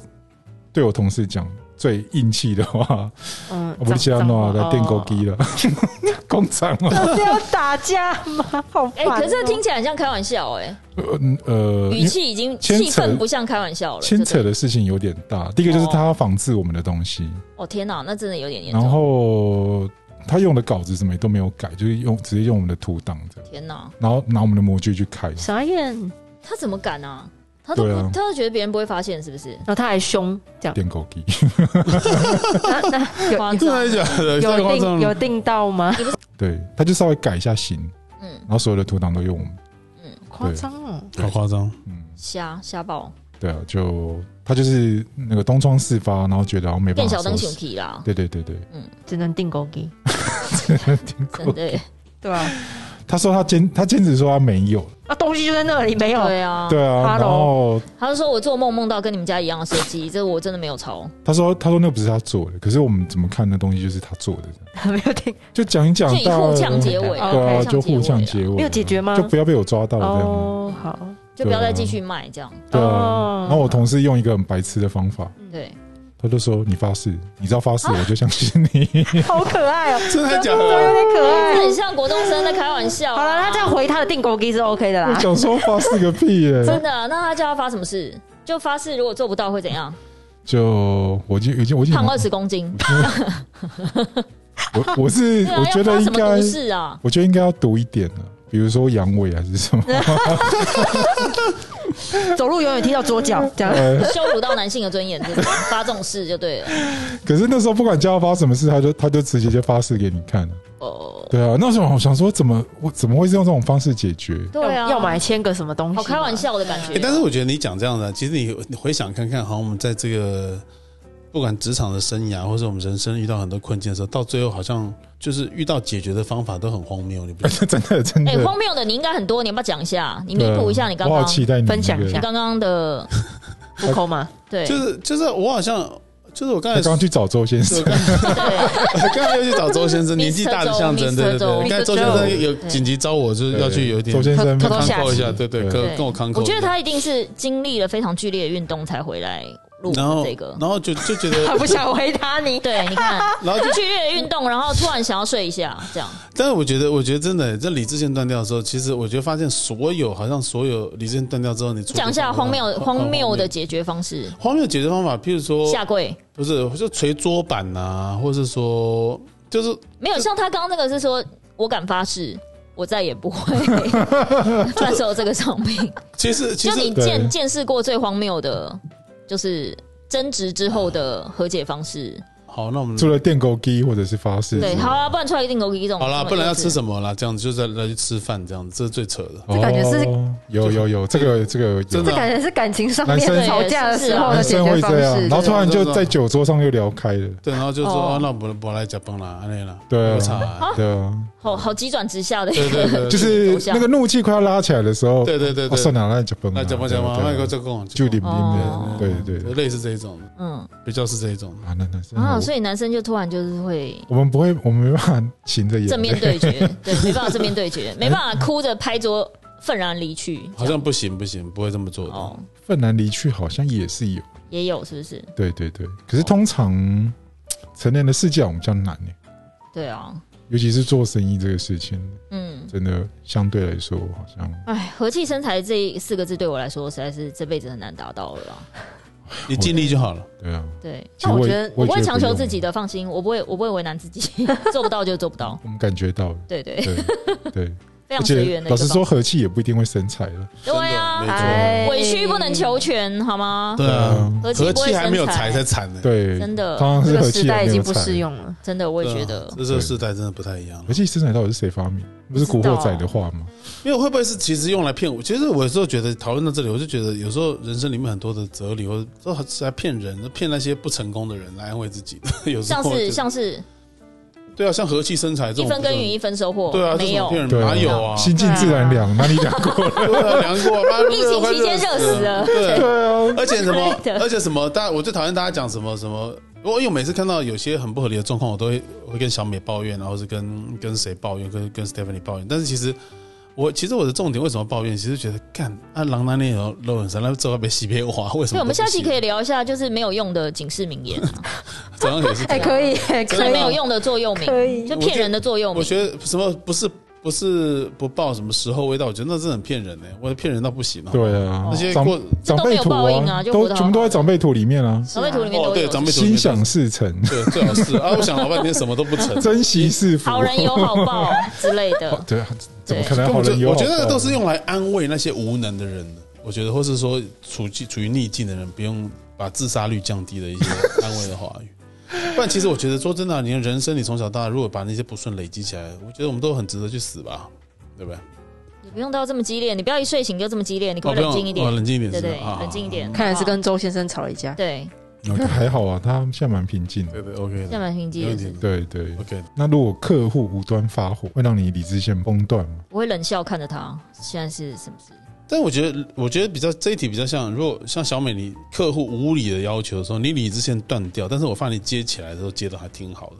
S2: 对我同事讲最硬气的话，
S1: 嗯，
S2: 我不是要
S1: 脏
S2: 弄
S1: 话
S2: 来电狗
S1: 哦
S2: 机了， 工厂 啊，
S1: 这是要打架吗？好烦
S3: 哎、
S1: 哦、
S3: 可是听起来很像开玩笑、哎、
S2: 嗯呃，因
S3: 语
S2: 为
S3: 气已经
S2: 牵
S3: 气
S2: 扯
S3: 氛不像开玩笑了。
S2: 牵扯
S3: 真的
S2: 的事情有点大。第一个就是
S3: 哦
S2: 他仿制我们的东西，
S3: 哦天哪，那真的有点严
S2: 然
S3: 重。
S2: 后他用的稿子什么也都没有改，就是用直接用我们的图档这样，
S3: 天哪，
S2: 然后拿我们的模具去开。
S1: 傻眼，然
S3: 他怎么敢啊？他都不，
S2: 对啊
S3: 他都觉得别人不会发现，是不是？
S1: 后哦他还凶，这样
S2: 电狗机，
S1: 那那有有定
S3: 夸张，
S4: 真的假的？太夸
S2: 啊
S4: 张
S1: 有
S4: 了！
S1: 定到吗？
S2: 对，他就稍微改一下型，
S3: 嗯
S2: 然后所有的图档都用我们，
S3: 嗯，
S1: 夸张哦！
S4: 好夸张！
S2: 嗯，
S3: 瞎瞎爆，
S2: 对啊，就他就是那个东窗事发，然后觉得好像没办
S3: 变
S2: 法
S3: 小灯
S2: 收
S3: 熊
S2: 拾。
S3: 皮 啦，
S2: 对对对对，
S1: 只能定狗机，
S2: 电
S3: 真
S2: 狗
S3: 的、欸。
S1: 对吧、
S2: 他说他坚他坚持说他没有，
S1: 啊？东西就在那里，没有。
S3: 对 啊，
S2: 对啊，
S1: 哈喽
S2: 然后
S3: 他就说我做梦梦到跟你们家一样的设计，这我真的没有抄。
S2: 他说他说那不是他做的，可是我们怎么看那东西就是他做的，
S1: 没有定，
S2: 就讲一讲，
S3: 就以
S2: 大家
S3: 互呛结尾
S1: 啊
S2: 对啊，
S3: 互呛
S2: 就互呛结尾啊，
S1: 没有解决吗
S2: 就不要被我抓到这样，
S1: 哦，好，
S3: 就不要
S2: 对啊
S3: 再继续卖这样。
S2: 对啊
S1: 哦。
S2: 然后我同事用一个很白痴的方法，
S3: 对，
S2: 他就说：“你发誓，你只要发誓，
S1: 啊
S2: 我就相信你。
S1: 好可爱哦，
S4: 真的假
S1: 怎么有点
S4: 的？
S1: 嗯可
S3: 这
S1: 爱。
S3: 很像国中生在开玩笑啊、
S1: 好了，他这样回他的定狗机是 OK 的
S2: 我
S1: 啦。
S2: 想说发誓个屁耶、
S3: 真的啊，那他叫他发什么事？就发誓，如果做不到会怎样？
S2: 就我就已经我已经
S3: 胖二十 公斤。
S2: 我我 是
S3: 对啊，
S2: 我
S3: 要
S2: 觉得
S3: 发
S2: 应
S3: 什么
S2: 该
S3: 毒，誓啊？
S2: 我觉得应该要读一点了，比如说阳痿还是 什么，
S1: 走路永远踢到左脚，这样。
S2: 呃
S3: 羞辱到男性的尊严，这种发这种誓就 对了。
S2: 可是那时候不管叫他发什么事，他就他就直接就发誓给你看了。
S3: 哦，
S2: 对啊，那时候我想说怎么我怎么会是用这种方式解决？
S3: 对啊，
S1: 要买签个什么东西？
S3: 好开玩。笑的感觉
S4: 哎，。但是我觉得你讲这样的，其实你你回想看看，好像我们在这个不管职场的生涯，或者我们人生遇到很多困境的时候，到最后好像就是遇到解决的方法都很荒谬，你不觉得吗？
S2: 真的真的，
S3: 哎、荒谬的你应该很多，你要不要讲一下？你弥
S2: 对啊
S3: 补一下你刚
S2: 我
S3: 刚
S2: 好期待你
S1: 分享一
S2: 那
S1: 下
S2: 个
S3: 你刚 刚的
S1: 虎口嘛，
S3: 对
S4: 就是就是我好像就是我刚
S2: 他
S4: 才
S2: 刚刚去找周先生
S4: 我，刚
S3: 对
S4: 我刚才又去找周 先生，年纪大的象征，
S3: Mr.
S4: 对对
S3: 周
S4: 对。刚才周
S1: Mr.
S4: 先生有
S3: 对
S4: 紧急招我，就是要去有一点
S2: 周先生
S1: 偷偷
S4: 康
S1: 下
S4: 扣一下，
S1: 棋
S4: 对对，
S2: 对
S4: 跟
S3: 对
S4: 跟我康扣。
S3: 我觉得，他一定是经历了非常剧烈的运动才回来录
S4: 然后
S3: 这个。
S4: 然后就就觉
S1: 他
S4: 得，
S1: 不想回答你。
S3: 对，你看
S4: 然后就，
S3: 剧烈的运动，然后突然想要睡一下，这样
S4: 但是我觉得，我觉得真的，这理智线断掉的时候，其实我觉得发现所有好像所有理智线断掉之后，你
S3: 讲一下荒谬
S4: 很
S3: 荒谬的解决方式，
S4: 呃荒谬解决方法，譬如说
S3: 下跪。
S4: 不是就捶桌板呐，或是说就是
S3: 没有像他刚刚那个是说，我敢发誓，我再也不会 贩售这个商品。
S4: 其实其
S3: 就
S4: 实
S3: 你
S2: 对
S3: 见见识过最荒谬的，就是争执之后的和解方式。
S4: 好，那我们
S2: 除了电狗机或者是发誓之外，
S3: 对，好啊，不然出来一定有一种
S4: 好啦，不然要吃
S3: 么
S4: 什么啦？这样子就是来去吃饭，这样子这是最扯的。
S2: 哦，
S1: 这感觉是
S2: 有有有这个这个
S4: 真
S2: 有
S4: 的
S1: 这感觉是感情上
S2: 啊男生
S1: 面吵架的时候的
S2: 男
S1: 解
S2: 生
S1: 决
S2: 会
S1: 方
S2: 这样，
S1: 式。
S2: 然后突然
S4: 对
S2: 就
S4: 对
S2: 在酒桌上又聊开了，
S4: 对，然后就说、
S3: 哦
S4: 啊，那不不来加崩啦，那啦，
S2: 对
S4: 我操、
S2: 啊，对啊，
S3: 好好急转直下的一
S4: 对对
S3: 个
S4: 对，
S2: 就是那个怒气快要拉起来的时候，
S4: 对对对
S2: 哦
S4: 对，
S2: 算了，那就崩了，
S4: 那讲吧
S2: 对
S4: 讲
S2: 啊
S4: 吧，
S2: 对啊
S4: 那个这个
S2: 就领兵的
S3: 哦，
S2: 对对对
S4: 类似这一种，
S3: 嗯
S4: 比较是这一种。
S2: 啊，那那是
S4: 嗯
S3: 啊，
S2: 我
S3: 所以男生就突然就是会
S2: 我们不会，我们没办法噙着眼泪
S3: 正面对决， 对，没办法正面对决，没办法哭着拍桌愤然离去，
S4: 好像不行不行，不会这么做的。
S3: 哦
S2: 愤然离去，好像也是有，
S3: 也有是不是？
S2: 对对对，可是通常成人的世界好像比较难耶欸
S3: 对啊，
S2: 尤其是做生意这个事情，
S3: 嗯，
S2: 真的相对来说好像
S3: 哎，和气生财这一四个字对我来说，实在是这辈子很难达到了啦。
S4: 你尽力就好了。
S2: 对啊，
S3: 对，
S2: 其实
S1: 但我
S2: 也
S1: 觉得
S3: 我不
S2: 也
S3: 会
S2: 觉得
S3: 强求
S2: 用
S3: 自己的，放心，我不会，我不会为难自 己，做不到就做不到。
S2: 我们感觉到了，
S3: 对对，
S2: 对对，
S3: 非
S2: 而
S3: 常随
S2: 且
S3: 缘的一
S2: 老
S3: 个
S2: 实
S3: 方法。
S2: 说，和气也不一定会生财了，
S3: 对
S4: 真
S3: 啊
S4: 的，没错
S1: 哎
S3: 委屈不能求全，好吗？
S4: 对啊，
S2: 嗯
S3: 哦和气
S4: 和
S3: 不会
S4: 气还没有
S3: 生财
S4: 财才惨呢。
S2: 对，
S3: 真的
S2: 常常
S1: 这
S2: 是
S1: 个
S2: 和
S1: 时
S2: 气
S1: 代
S2: 也
S1: 已
S2: 没有
S1: 经不
S2: 财。
S1: 适用了。
S3: 真的，我也
S4: 对啊
S3: 觉得
S4: 这这个时代真的不太一样了
S2: 和。气生财到底是谁发明？不是古惑仔的话吗？
S4: 因为会不会是其实用来骗我？其实我有时候觉得讨论到这里，我就觉得有时候人生里面很多的哲理，或者都是来骗人的，骗那些不成功的人来安慰自己。 有时
S3: 像
S4: 候我觉
S3: 是
S4: 得
S3: 像是
S4: 对啊，像和气生财这
S3: 一
S4: 种，
S3: 分耕耘一分收获，
S4: 对啊，这
S3: 没有
S4: 种。骗人
S2: 对啊
S4: 哪有啊？
S2: 心静自然凉，哪里凉过？
S4: 对啊，凉过，妈
S3: 疫情期间热死了
S4: 对，
S2: 对啊，
S4: 而且什么
S3: 之类的，
S4: 而且什么，大家我最讨厌大家讲什么什么。我因为我每次看到有些很不合理的状况，我都会我会跟小美抱怨，然后是跟跟谁抱怨，跟跟 Stephanie 抱怨。但是其实我其实我的重点为什么抱怨，其实觉得干啊，狼那里有肉很深，那这个被洗被花，为什
S3: 所
S4: 么？
S3: 以，我们下期可
S4: 以
S3: 以聊一下，就是没有用的警示名言啊，
S4: 怎样也是 这
S3: 哎啊
S4: 样。
S1: 哎以，
S3: 真的没有用的啊座右铭
S1: 可以，
S3: 就骗人的座右
S4: 我
S3: 铭。
S4: 觉得什么不是不是不报什么时候味道，我觉得那真的很骗人呢、欸我骗人到不行了、
S2: 对啊
S4: 那，些
S2: 长
S4: 过
S2: 长辈图
S3: 这都没有报应啊就
S2: 都
S3: 活得好好的
S2: 全部都在长辈图里面啊，
S3: 小辈图里面
S4: 哦
S3: 都
S4: 对
S3: 有
S4: 长辈图里
S2: 心
S4: 面
S2: 想事成，
S4: 对最好是啊，我想老半天什么都 不成，
S2: 珍惜是福。
S3: 好人有好
S4: 哦
S3: 报之类的。
S2: 对啊，怎么
S3: 对
S2: 可能
S4: 根
S2: 好
S4: 本就
S2: 人有好哦
S4: 我
S2: 报？
S4: 觉得那个都是用来安慰那些无能的人的，我觉得，或是说处境处于逆境的人，不用把自杀率降低的一些安慰的话语。不然，其实我觉得说真的啊、你的人生，你从小到大，如果把那些不顺累积起来，我觉得我们都很值得去死吧，对不对？
S3: 你不用到这么激烈，你不要一睡醒就这么激烈，你可
S4: 哦，
S3: 不
S4: 不
S3: 可以冷
S4: 用
S3: 静一点？
S4: 哦冷静一点，
S3: 对
S4: 是吧
S3: 对，冷静一。点。
S1: 看来是
S3: 啊
S1: 跟周先生吵了一架。
S3: 对，
S2: 那 还好啊，他现在蛮平静
S4: 啊
S2: 的。
S4: 对对，OK
S3: 现
S4: 的
S3: 在蛮平静
S4: 没问
S3: 的
S4: 题
S3: 是
S4: 的
S2: 对对，
S4: ，OK 的。
S2: 那如果客户无端发火，会让你理智线崩断吗？
S3: 我会冷笑看着他，现在是什么事？
S4: 但我觉得，我觉得比较这一题比较像，如果像小美，你客户无理的要求的时候，你理智线断掉，但是我发现你接起来的时候接的还挺好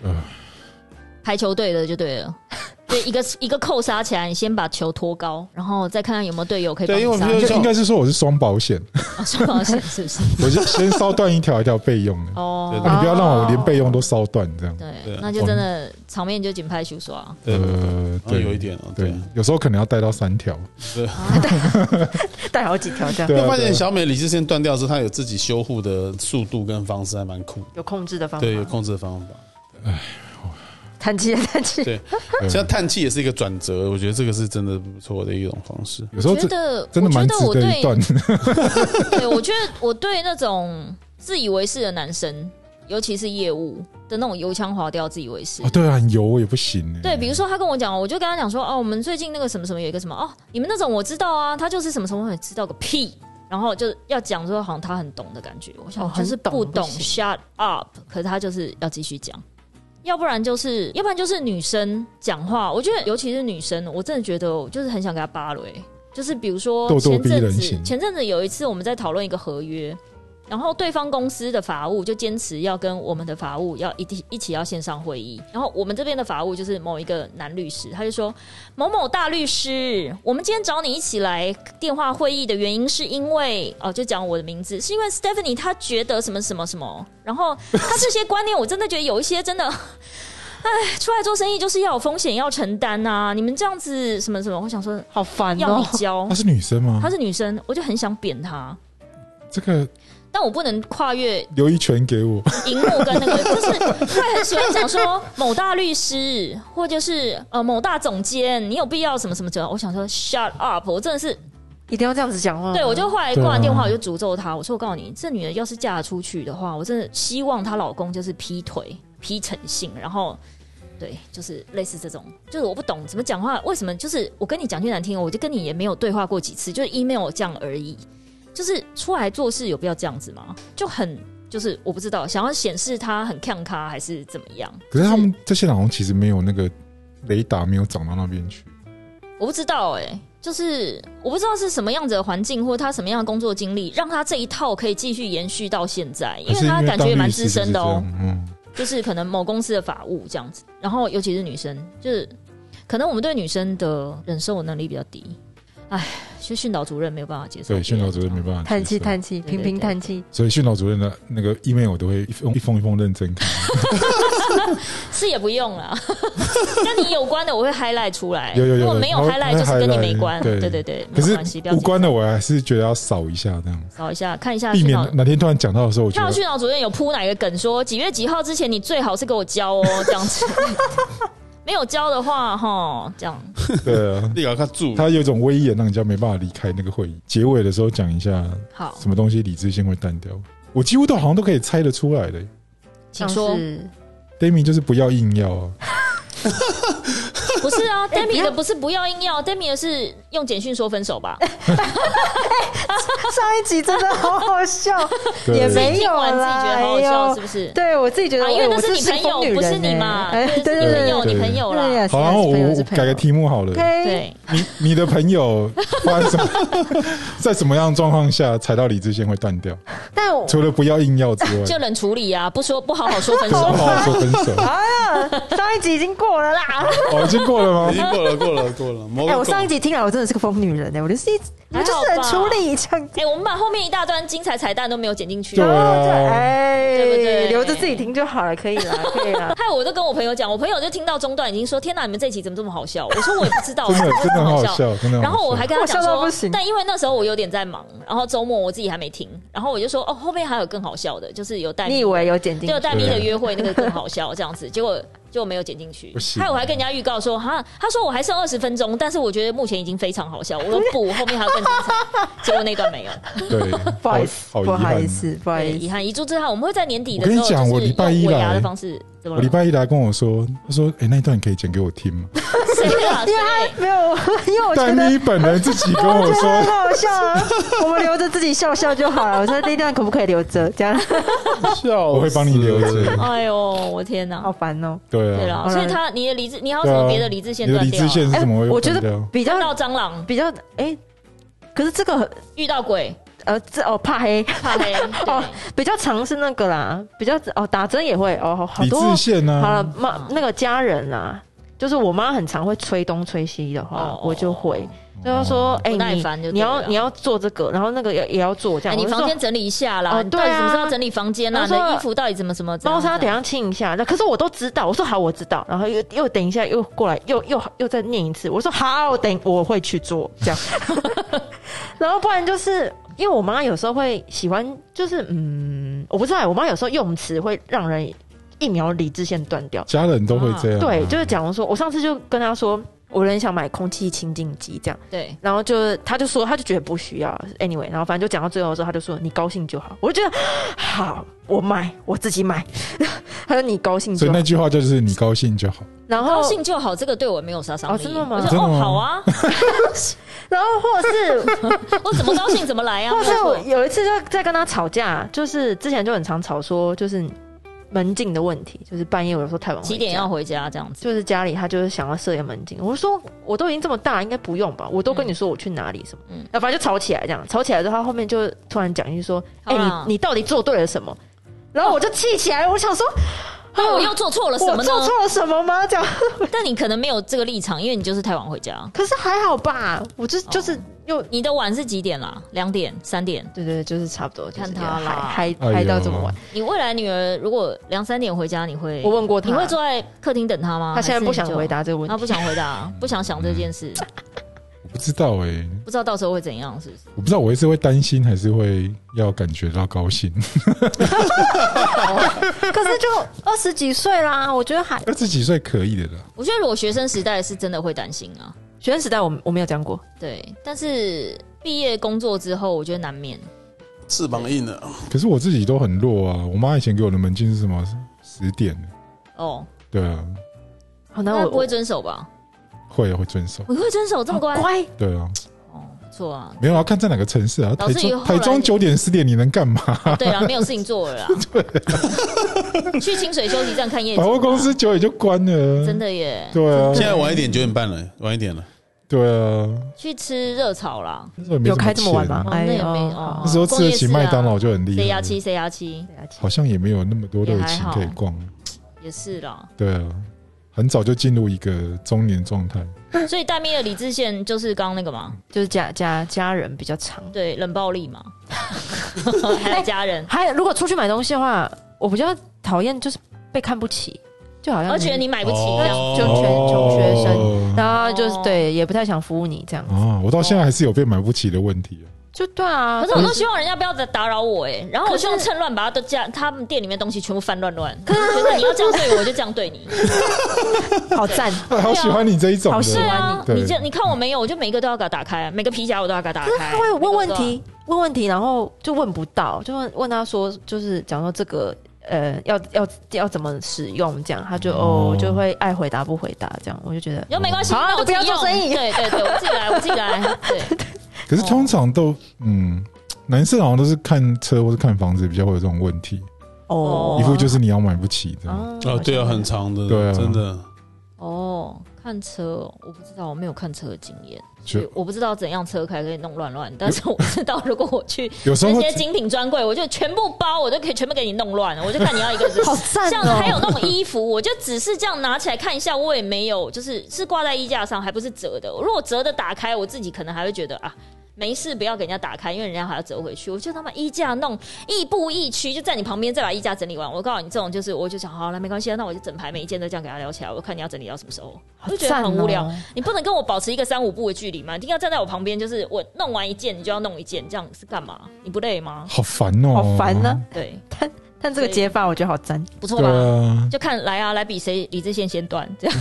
S4: 的。
S2: 呃，
S3: 排球队的就对了， 对，一个一个扣杀起来，你先把球拖高，然后再看看有没有队友可以帮
S4: 对因为
S3: 你
S4: 我
S3: 杀
S4: 们。就像
S2: 应该是说我是双保 险，
S3: 啊双保险是不是？
S2: 我就先烧断一条一条备用 的，
S3: 哦
S4: 对，
S2: 啊你不要让我连备用都烧断这样。
S3: 对
S4: 对，
S3: 那就真的场面就紧拍手刷。啊
S4: 对，
S2: 呃，
S4: 对，
S2: 对，
S4: 有一点哦，
S2: 对，有时候可能要带到三条。
S1: 带好几条这样，
S2: 对
S4: 因
S2: 啊，
S4: 为发
S2: 对
S4: 现
S2: 啊
S4: 小美理智线断掉之后，她有自己修护的速度跟方式，还蛮酷的。
S1: 有控制的方法。
S4: 对，有控制的方法。
S1: 叹气，啊叹气。
S4: 对，
S2: 对
S4: 像叹气也是一个转折，我觉得这个是真的不错的一种方式。
S2: 有时候
S3: 觉
S2: 这
S3: 得，
S2: 真
S3: 我
S2: 的
S3: 觉
S2: 蛮值
S3: 得我
S2: 得一
S3: 对，
S2: 段。
S3: 对我觉得我对那种自以为是的男生，尤其是业务的那种油腔滑调、自以为是
S2: 哦，。对啊，很油我也不行欸。
S3: 对，比如说他跟我讲，我就跟他讲说，哦，我们最近那个什么什么有一个什么，哦，你们那种我知道啊，他就是什么什么，我也知道个屁。然后就要讲说，好像他很懂的感觉。我
S1: 哦
S3: 想
S1: 很
S3: 就是
S1: 懂
S3: 不
S1: 不
S3: 懂
S1: 行
S3: ，shut up。可是他就是要继续讲，要不然就是，要不然就是女生讲话。我觉得尤其是女生，我真的觉得我就是很想给他扒了、欸。就是比如说
S2: 咄咄
S3: 前
S2: 逼
S3: 阵
S2: 人
S3: 子，
S2: 型
S3: 前阵子有一次我们在讨论一个合约，然后对方公司的法务就坚持要跟我们的法务要一起一起要线上会议，然后我们这边的法务就是某一个男律师，他就说某某大律师，我们今天找你一起来电话会议的原因是因为哦，就讲我的名字，是因为 Stephanie 她觉得什么什么什么，然后她这些观念我真的觉得有一些真的。哎，出来做生意就是要有风险，要承担呐、你们这样子什么什么，我想说
S1: 好烦
S3: 要
S1: 哦
S3: 你！教
S2: 她，是女生吗
S3: 她？是女生，我就很想扁她，
S2: 这个
S3: 但我不能跨越
S2: 留一拳给我，
S3: 荧幕跟那个， 就是会很喜欢讲说某大律师，或者是呃某大总监，你有必要什么什么的。我想说 shut up，我真的是，
S1: 一定要这样子讲话吗。
S3: 对我就后来挂
S2: 对啊
S3: 完电话，我就诅咒她，我说我告诉你，这女人要是嫁出去的话，我真的希望她老公就是劈腿、劈成性，然后。对，就是类似这种，就是我不懂怎么讲话，为什么就是我跟你讲句难听，我就跟你也没有对话过几次，就是 email 这样而已。就是出来做事有必要这样子吗？就很就是我不知道，想要显示他很看咖还是怎么样？
S2: 可是他们这些老公其实没有那个雷达，没有长到那边去。
S3: 我不知道哎、就是我不知道是什么样子的环境，或他什么样的工作经历，让他这一套可以继续延续到现在，因
S2: 可
S3: 为
S2: 是因
S3: 他感觉也蛮资深的
S2: 当
S3: 哦
S2: 律、师就是这样。嗯
S3: 就是可能某公司的法务这样子，然后尤其是女生，就是可能我们对女生的忍受能力比较低，哎，就训导主任没有办法接
S2: 嗯，
S3: 受，
S2: 对，训导主任没办法。
S1: 叹气，。叹气，
S3: 对对
S1: 频频叹气。
S2: 所以训导主任的那个 email 我都会一封一封一封认真看。
S3: 是也不 用啦。跟你有关的我会 highlight 出来，
S2: 有有有
S3: 如果没有
S2: 我会
S3: highlight 就是跟你没关。
S2: highlight，对
S3: 对对对，
S2: 可
S3: 没有
S2: 是
S3: 关系，不要
S2: 无
S3: 紧
S2: 关的，我还是觉得要扫一下，这样
S3: 找一下看一下
S2: 避
S3: 训
S2: 免
S3: 导。
S2: 哪天突然讲到的时候，我觉
S3: 看到
S2: 得
S3: 训导主任有铺哪个梗说几月几号之前你最好是给我交哦，这样 子。没有交的话，哈，这样
S2: 对啊，
S4: 你给他住，
S2: 他有一种威严，让人家没办法离开那个会议。结尾的时候讲一下
S3: 好，
S2: 什么东西理智性会淡掉，我几乎都好像都可以猜得出来的。
S3: 请
S1: 像
S3: 说。
S1: 是
S2: d a m i 就是不要硬要啊，
S3: 不是 啊
S1: 不
S3: ，Demi
S1: 要
S3: 的不是不要硬要，Demi 的是用简讯说分手吧。
S1: 上一集真的好好笑，
S2: 对
S1: 也没
S3: 听
S1: 有
S3: 完自己觉得好好
S1: 哎
S3: 笑，
S1: 呦
S3: 是不是？
S1: 对我自己觉得，
S3: 啊，因为
S1: 哎
S3: 那
S1: 我
S3: 是
S1: 真
S3: 你
S1: 是
S3: 朋友，
S1: 疯女
S3: 不是
S1: 人
S3: 你
S1: 欸
S3: 嘛？
S1: 哎
S3: 对
S1: 对
S3: 对
S1: 对
S3: 对，
S1: 对
S3: 哎
S1: 啊
S3: 有你朋友啦。
S2: 好，然后我我改个题目好了，
S1: ，OK，
S3: 对，
S2: 你你的朋友发生什 么，在什么样的状况下踩到理智线会断掉？
S1: 但 我
S2: 除了不要硬要之外，
S3: 就冷处理啊，不说不好好说分
S2: 对，
S3: 手
S2: 好。好说分手。
S1: 哎上一集已经过了啦。
S2: 哦，已经过了
S4: 已
S2: 吗？
S4: 经过了，过了，过了。某
S1: 哎、
S4: 个
S1: 我上一集听了，我真的是个疯女人哎、我就是一，我
S3: 还
S1: 就
S3: 好
S1: 是很
S3: 吧
S1: 处理这样。
S3: 哎，我们把后面一大段精彩彩蛋都没有剪进去
S2: 对，啊，
S1: 哎，
S3: 哦对不对
S1: 留着自己听就好了，可以了，可以了。
S3: 害我都跟我朋友讲，我朋友就听到中段已经说：“天哪，你们这一集怎么这么好笑？”我说：“我也不知道，
S2: 真的真的很好
S3: 笑。”
S2: 笑，真的很好笑。
S3: 然后我还跟他讲
S1: 我笑到
S3: 说
S1: 不行，
S3: 但因为那时候我有点在忙，然后周末我自己还没听，然后我就说：“哦，后面还有更好笑的，就是有带
S1: 你以为有剪进
S3: 就
S1: 去？
S3: 黛咪的
S2: 对
S3: 约会那个更好笑，这样子，结果就没有剪进去
S2: 不。行
S3: 还有我还跟人家预告说，哈，他说我还剩二十分钟，但是我觉得目前已经非常好笑，我说不，后面还有更精彩。 结果那段没有，
S2: 对，
S1: 不好意思，
S2: 好
S1: 不好意
S2: 遗憾。
S1: 思，不好
S3: 对，
S1: 意
S3: 遗
S1: 思。
S3: 憾，遗珠之憾，我们会在年底的
S2: 我
S3: 时
S2: 跟
S3: 候
S2: 你讲
S3: 就
S2: 我
S3: 是
S2: 礼拜一
S3: 用尾牙
S2: 来
S3: 的方式，怎么
S2: 我礼
S3: 了？
S2: 拜一来跟我说，他说：“哎，那一段你可以剪给我听吗
S3: 谁啊？谁？
S1: 没有，我因为？”我觉
S2: 但
S1: 得
S2: 你本人自己跟我
S1: 我觉得很
S2: 说，
S1: 好笑啊，我们留着自己笑笑就好了。我说那段可不可以留着？这样
S4: 笑，
S2: 我会帮你留着。
S3: 哎呦，我天哪
S1: 好！烦 哦。
S2: 对
S3: 对
S2: 啊，
S3: 了，所以他你的理智，你还有
S2: 对
S3: 什
S2: 啊
S3: 么别的理智线
S2: 你的
S3: 断
S2: 理
S3: 掉
S2: 智
S3: 啊？
S2: 线是什么会
S1: 哎我觉
S2: 断
S1: 得
S2: 掉？
S1: 比
S3: 看
S1: 较
S3: 到蟑螂，
S1: 比较哎、可是这个很
S3: 遇到鬼，
S1: 呃这哦怕黑
S3: 怕 黑。
S1: 哦
S3: 对，
S1: 比较常是那个啦，比较哦打针也会哦好好
S2: 理
S1: 多
S2: 智啊线呢？
S1: 好了，
S3: 嗯
S1: 妈，那个家人啊，就是我妈很常会吹东吹西的话
S3: 哦，
S1: 我就会，就是说，哎，
S3: 不耐
S1: 你
S3: 烦就对
S1: 你要
S3: 了
S1: 你要做这个，然后那个也也要做这
S3: 哎
S1: 样。
S3: 你
S1: 我就
S3: 房
S1: 说
S3: 间整理一下啦！
S1: 哦
S3: 你到底
S1: 对啊
S3: 什么时候整理房间啦？
S1: 然
S3: 你
S1: 后说
S3: 的衣服到底怎么怎么怎么
S1: 猫
S3: 样？
S1: 砂等一下清一下，那可是我都知道。我说好，我知道，然后又又等一下又过来，又又又再念一次。我说好，我等我会去做这样。 然后不然就是因为我妈有时候会喜欢，就是嗯，我不知道，我妈有时候用词会让人一秒理智线断掉。
S2: 家人都会这样啊。
S1: 对，就是假如说，我上次就跟他说，我很想买空气清净机这样，
S3: 对，
S1: 然后就他就说他就觉得不需要，anyway，然后反正就讲到最后的时候，他就说你高兴就好，我就觉得好，我买我自己买，他说你高兴
S2: 所以
S1: 就好
S2: 那，句话就是你高兴就好。
S1: 然后
S3: 高兴就好，这个对我没有杀伤
S1: 哦
S3: 力。
S1: 真的吗
S3: 我就
S2: 真的
S3: 哦，
S2: 吗
S3: 好啊，
S1: 然后或 是
S3: 我怎么高兴怎么来啊。
S1: 或
S3: 没
S1: 是
S3: 有
S1: 我
S3: 错
S1: 有一次就在跟他吵架，就是之前就很常吵说就是门禁的问题，就是半夜我有时候太晚回
S3: 几点
S1: 家
S3: 要回家 这样子？
S1: 就是家里他就是想要设一个门禁，我说我都已经这么大，应该不用吧？我都跟你说我去哪里什么，
S3: 嗯
S1: 嗯，反正就吵起来这样，吵起来之后他后面就突然讲一句说：“
S3: 好
S1: 哎、
S3: 啦
S1: 你你到底做对了什么？”然后我就气起来，我想说，啊
S3: 哎哦那我又做错了什
S1: 我
S3: 么
S1: 做
S3: 呢？
S1: 错了什么吗？这样，
S3: 但你可能没有这个立场，因为你就是太晚回家。
S1: 可是还好吧，我
S3: 哦
S1: 就就是又、
S3: 你的晚是几点啦？两点、三点？
S1: 对对，对就是差不多，就是
S3: 看他啦
S1: 嗨
S2: 哎
S1: 嗨
S2: 呦
S1: 嗨到这么晚，
S3: 你未来女儿如果两三点回家，你会
S1: 我问过他，
S3: 你会坐在客厅等她吗？
S1: 他现在不
S3: 还
S1: 想
S3: 是你就
S1: 回，答这个问
S3: 他
S1: 题，嗯
S3: 不想回答， 不想想这件事，
S2: 我不知道哎，
S3: 不知道到时候会怎样，是不是？
S2: 我不知道我是会担心还是会要感觉到高兴。
S1: 可是就二十几岁啦，我觉得还
S2: 二十几岁可以的啦，
S3: 我觉得如果学生时代是真的会担心啊。
S1: 学生时代我我没有讲过，
S3: 对，但是毕业工作之后，我觉得难免。
S4: 翅膀硬了，
S2: 可是我自己都很弱啊。我妈以前给我的门禁是什么？十点。
S3: 哦，
S2: 对啊，
S1: 好，那
S3: 那
S1: 我
S3: 不会遵守吧？
S2: 会啊会遵守。
S3: 你会遵守这么乖？
S1: 乖。
S2: 对啊，
S3: 哦，不错啊。
S2: 没有要看在哪个城市啊。
S3: 老
S2: 台
S3: 师以后
S2: 中
S3: 来
S2: 台中九点十点你能干嘛？
S3: 哦对啊，没有事情做了
S1: 啊
S3: 啦。对， 去清水休息站看夜景
S2: 百
S3: 吧。
S2: 货公司九点就关了。
S3: 真。的耶，
S2: 对啊，
S4: 现在晚一点，九点半了，晚一点了。
S2: 对啊，
S3: 去吃热炒啦。
S2: 那时候也没
S1: 有
S2: 什
S1: 开这么晚
S2: 钱啊
S1: 吗？
S3: 哦
S1: 哎
S3: 那也
S1: 呦，
S3: 没
S1: 好
S2: 那时候吃得
S3: 啊
S2: 起麦当劳就很厉
S3: C
S2: 害
S3: 牙，
S1: 嗯
S3: 七 C 牙七
S2: 好像也没有那么多热
S3: 也还
S2: 情
S3: 好
S2: 可以逛。
S3: 也是啦。
S2: 对啊，很早就进入一个中年状态。
S3: 所以戴咪的理智线就是刚刚那个嘛，
S1: 就是家家家人比较长。
S3: 对，冷暴 力嘛，还有家人。
S1: 还有，如果出去买东西的话，我比较讨厌就是被看不起。就好像
S3: 而且你买不起这样。
S4: 哦
S1: 就全穷学生，
S2: 哦
S1: 然后就是
S3: 哦
S1: 对，也不太想服务你这样，
S2: 啊，我到现在还是有被买不起的问题啊。
S1: 就对啊。
S3: 可是我都希望人家不要再打扰我哎、然后我
S1: 可是
S3: 希望趁乱把他的家他们店里面东西全部翻乱乱，可是觉得你要这样对我，我就这样对你。
S1: 好 赞，
S3: 啊
S2: 好喜欢你这一种的，
S1: 好喜
S3: 对
S1: 欢
S3: 啊，
S2: 对
S3: 你这你看我没有，我就每一个都要给他打开，啊每个皮夹我都要给他打开。
S1: 他会问
S3: 每个
S1: 问
S3: 都要，
S1: 题，问问题，然后就问不到，就问问他说，就是讲说这个呃，要要要怎么使用这样，他就哦
S2: 哦
S1: 就会爱回答不回答这样，我就觉得
S3: 然后没关系，
S1: 好啊
S3: 那我
S1: 就不要
S3: 自己
S1: 做
S3: 用
S1: 生意
S3: 对对对，我自己来，我自己来。对，
S2: 可是通常都嗯，男生好像都是看车或是看房子比较会有这种问题，
S1: 哦
S3: 哦，
S2: 一副就是你要买不起这样。
S1: 哦
S4: 啊，对啊，很长的，
S2: 对啊
S4: 真的。
S3: 哦，看车，我不知道，我没有看车的经验，
S2: 就
S3: 所以我不知道怎样车开可以弄乱乱。但是我知道，如果我去
S2: 有时候
S3: 那
S2: 会
S3: 些精品专柜，我就全部包，我就可以全部给你弄乱了。我就看你要一个人
S1: 好赞
S3: 像还有
S1: 哦，
S3: 那种衣服，我就只是这样拿起来看一下，我也没有，就是是挂在衣架上，还不是折的。如果折的打开，我自己可能还会觉得啊，没事，不要给人家打开，因为人家还要折回去。我就他妈衣架弄亦步亦趋，就在你旁边再把衣架整理完。我告诉你，这种就是我就想好了，没关系啊，那我就整排每一件都这样给他撩起来，我看你要整理到什么时候，我就觉得
S1: 赞
S3: 很无聊
S1: 哦。
S3: 你不能跟我保持一个三五步的距离嘛，一定要站在我旁边，就是我弄完一件你就要弄一件，这样是干嘛？你不累吗？
S2: 好烦哦，
S1: 好烦啊呢。
S3: 对，
S1: 但这个解法我觉得好赞，
S3: 不错
S2: 对
S3: 吧？
S2: 啊，
S3: 就看来啊，来比谁理智线先断，这样。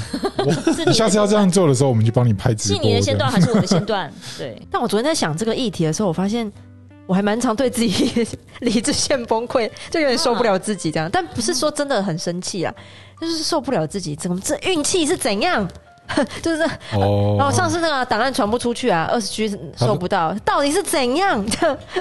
S3: 是
S2: 下次要这样做的时候，我们就帮你拍直
S3: 是
S2: 播。
S3: 你的先
S2: 这
S3: 断
S2: 样
S3: 还是我的先断？对，
S1: 但我昨天在想这个议题的时候，我发现。我还蛮常对自己 理智线崩溃，就有点受不了自己这样，啊但不是说真的很生气啊，就是受不了自己，怎么这运气是怎样？ 就是
S2: 哦，
S1: 然后上次那个档案传不出去啊，二十 G 收不到，到底是怎样？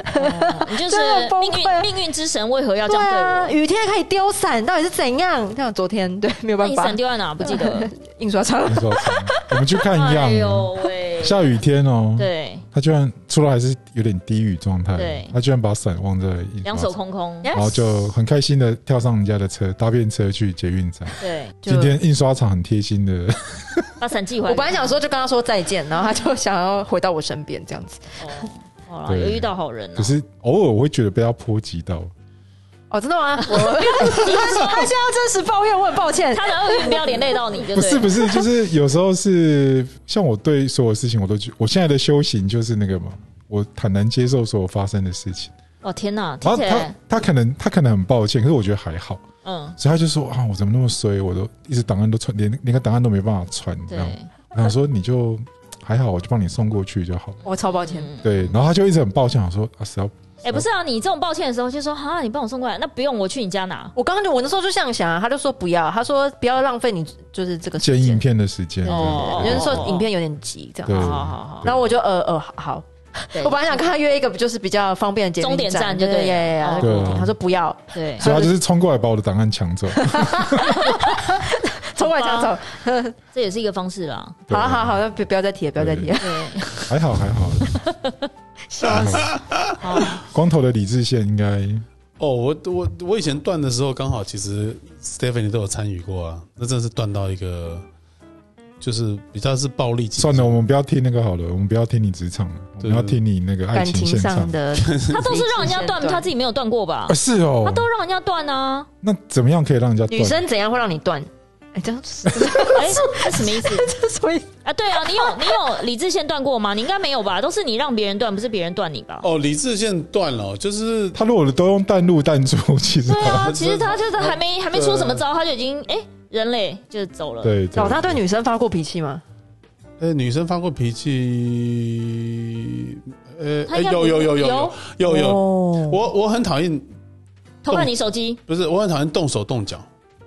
S3: 呃你就是
S1: 真的崩
S3: 命
S1: 溃
S3: 运命运之神为何要这
S1: 对
S3: 样对我？
S1: 啊，雨天可以丢伞，到底是怎样？像昨天对，没有
S3: 那
S1: 办
S3: 你
S1: 法
S3: 伞，丢在哪？不记得。
S1: 印刷厂
S2: 你说什么我们去看一
S3: 哎
S2: 样。啊
S3: 呦喂！
S2: 下雨天哦，
S3: 对，
S2: 他居然出来还是有点低语状态，
S3: 对
S2: 他居然把伞忘在印
S3: 两
S2: 刷
S3: 手
S2: 厂
S3: 空空。
S1: Yes
S2: 然后就很开心的跳上人家的车，搭便车去捷运 站。
S3: 对，
S1: 就
S2: 今天印刷厂很贴心 的，
S3: 把伞寄回来。
S1: 我本来想说就跟他说再见，然后他就想要回到我身边这样子。
S3: 哦，好了，
S2: 对
S3: 有遇到好人啊
S2: 可。是偶尔我会觉得被他波及到，
S1: 哦，真的吗？我他他现在要真实抱怨，我很抱歉。
S3: 他的厄运不要连累到你，对
S2: 不
S3: 对
S2: 是
S3: 了？
S2: 不是，就是有时候是像我对所有事情我都觉，我现在的修行就是那个嘛，我坦然接受所有发生的事情。
S3: 哦天哪，
S2: 然
S3: 听
S2: 后
S3: 起
S2: 他
S3: 来，
S2: 他可能他可能很抱歉，可是我觉得还好，
S3: 嗯，
S2: 所以他就说啊，我怎么那么衰，我都一直档案都传，连连个档案都没办法传这
S3: 对
S2: 样。，我想说你就还好，我就帮你送过去就好。
S1: 我超抱歉，
S3: 嗯。
S2: 对，然后他就一直很抱歉，我说啊，死要
S3: 哎，不是啊，你这种抱歉的时候就说哈，你帮我送过来，那不用我去你家拿。
S1: 我刚刚就我那时候就这样想啊，他就说不要，他说不要浪费你就是这个时
S2: 剪
S1: 间
S2: 影，片的时间。
S1: 对
S3: 哦
S1: 对
S2: 对
S1: 对就是说影片有点急这
S2: 对，
S1: 样。
S3: 好好好好
S1: 然后我就呃呃好好，
S3: 对
S1: 我本来想跟他约一个就是比较方便的捷运
S3: 终点站就
S1: 对
S3: 对了
S1: 对
S3: 哦
S2: 对啊
S1: 他说不要，
S3: 对，
S2: 所以他就是冲过来把我的档案 抢走。
S1: 从外抢走。
S3: 这也是一个方式啦。
S2: 对
S1: 好好好，那不不要再提了，不要再提了。
S3: 对，
S2: 还 好还好，
S1: 笑死！
S3: 好。
S2: 光头的理智线应该
S4: 哦，我我我以前断的时候，刚好其实 Stephanie 都有参与过啊，那真的是断到一个，就是比较是暴力倾向
S2: 算了，我们不要听那个好了，我们不要听你职场了，我
S4: 对
S2: 们要听你那个爱
S1: 感
S2: 情
S1: 情
S2: 现
S1: 上
S2: 场。
S1: 的，
S3: 他都是让人家断，他自己没有断过吧
S2: 啊，？是哦
S3: 他，都让人家断啊！
S2: 那怎么样可以让人家断
S1: 女生怎样会让你断？哎，这样是
S3: 哎，这什么意思
S1: 所以
S3: 啊？对啊，你有你有理智线断过吗？你应该没有吧？都是你让别人断，不是别人断你吧？
S4: 哦，理智线断了，就是
S2: 他如果都用淡入淡出，其 实
S3: 对啊，
S4: 我
S3: 其实他就是还没还没出什么招，他就已经哎人类就走了。
S2: 对
S1: 老大对女生发过脾气吗？
S4: 呃，女生发过脾气，呃，
S3: 他
S4: 呃
S3: 应该
S4: 有有有有
S3: 有哦
S4: 有有有，
S1: 有，
S4: 我我很讨厌，
S3: 偷看你手机，
S4: 不是我很讨厌动手动脚，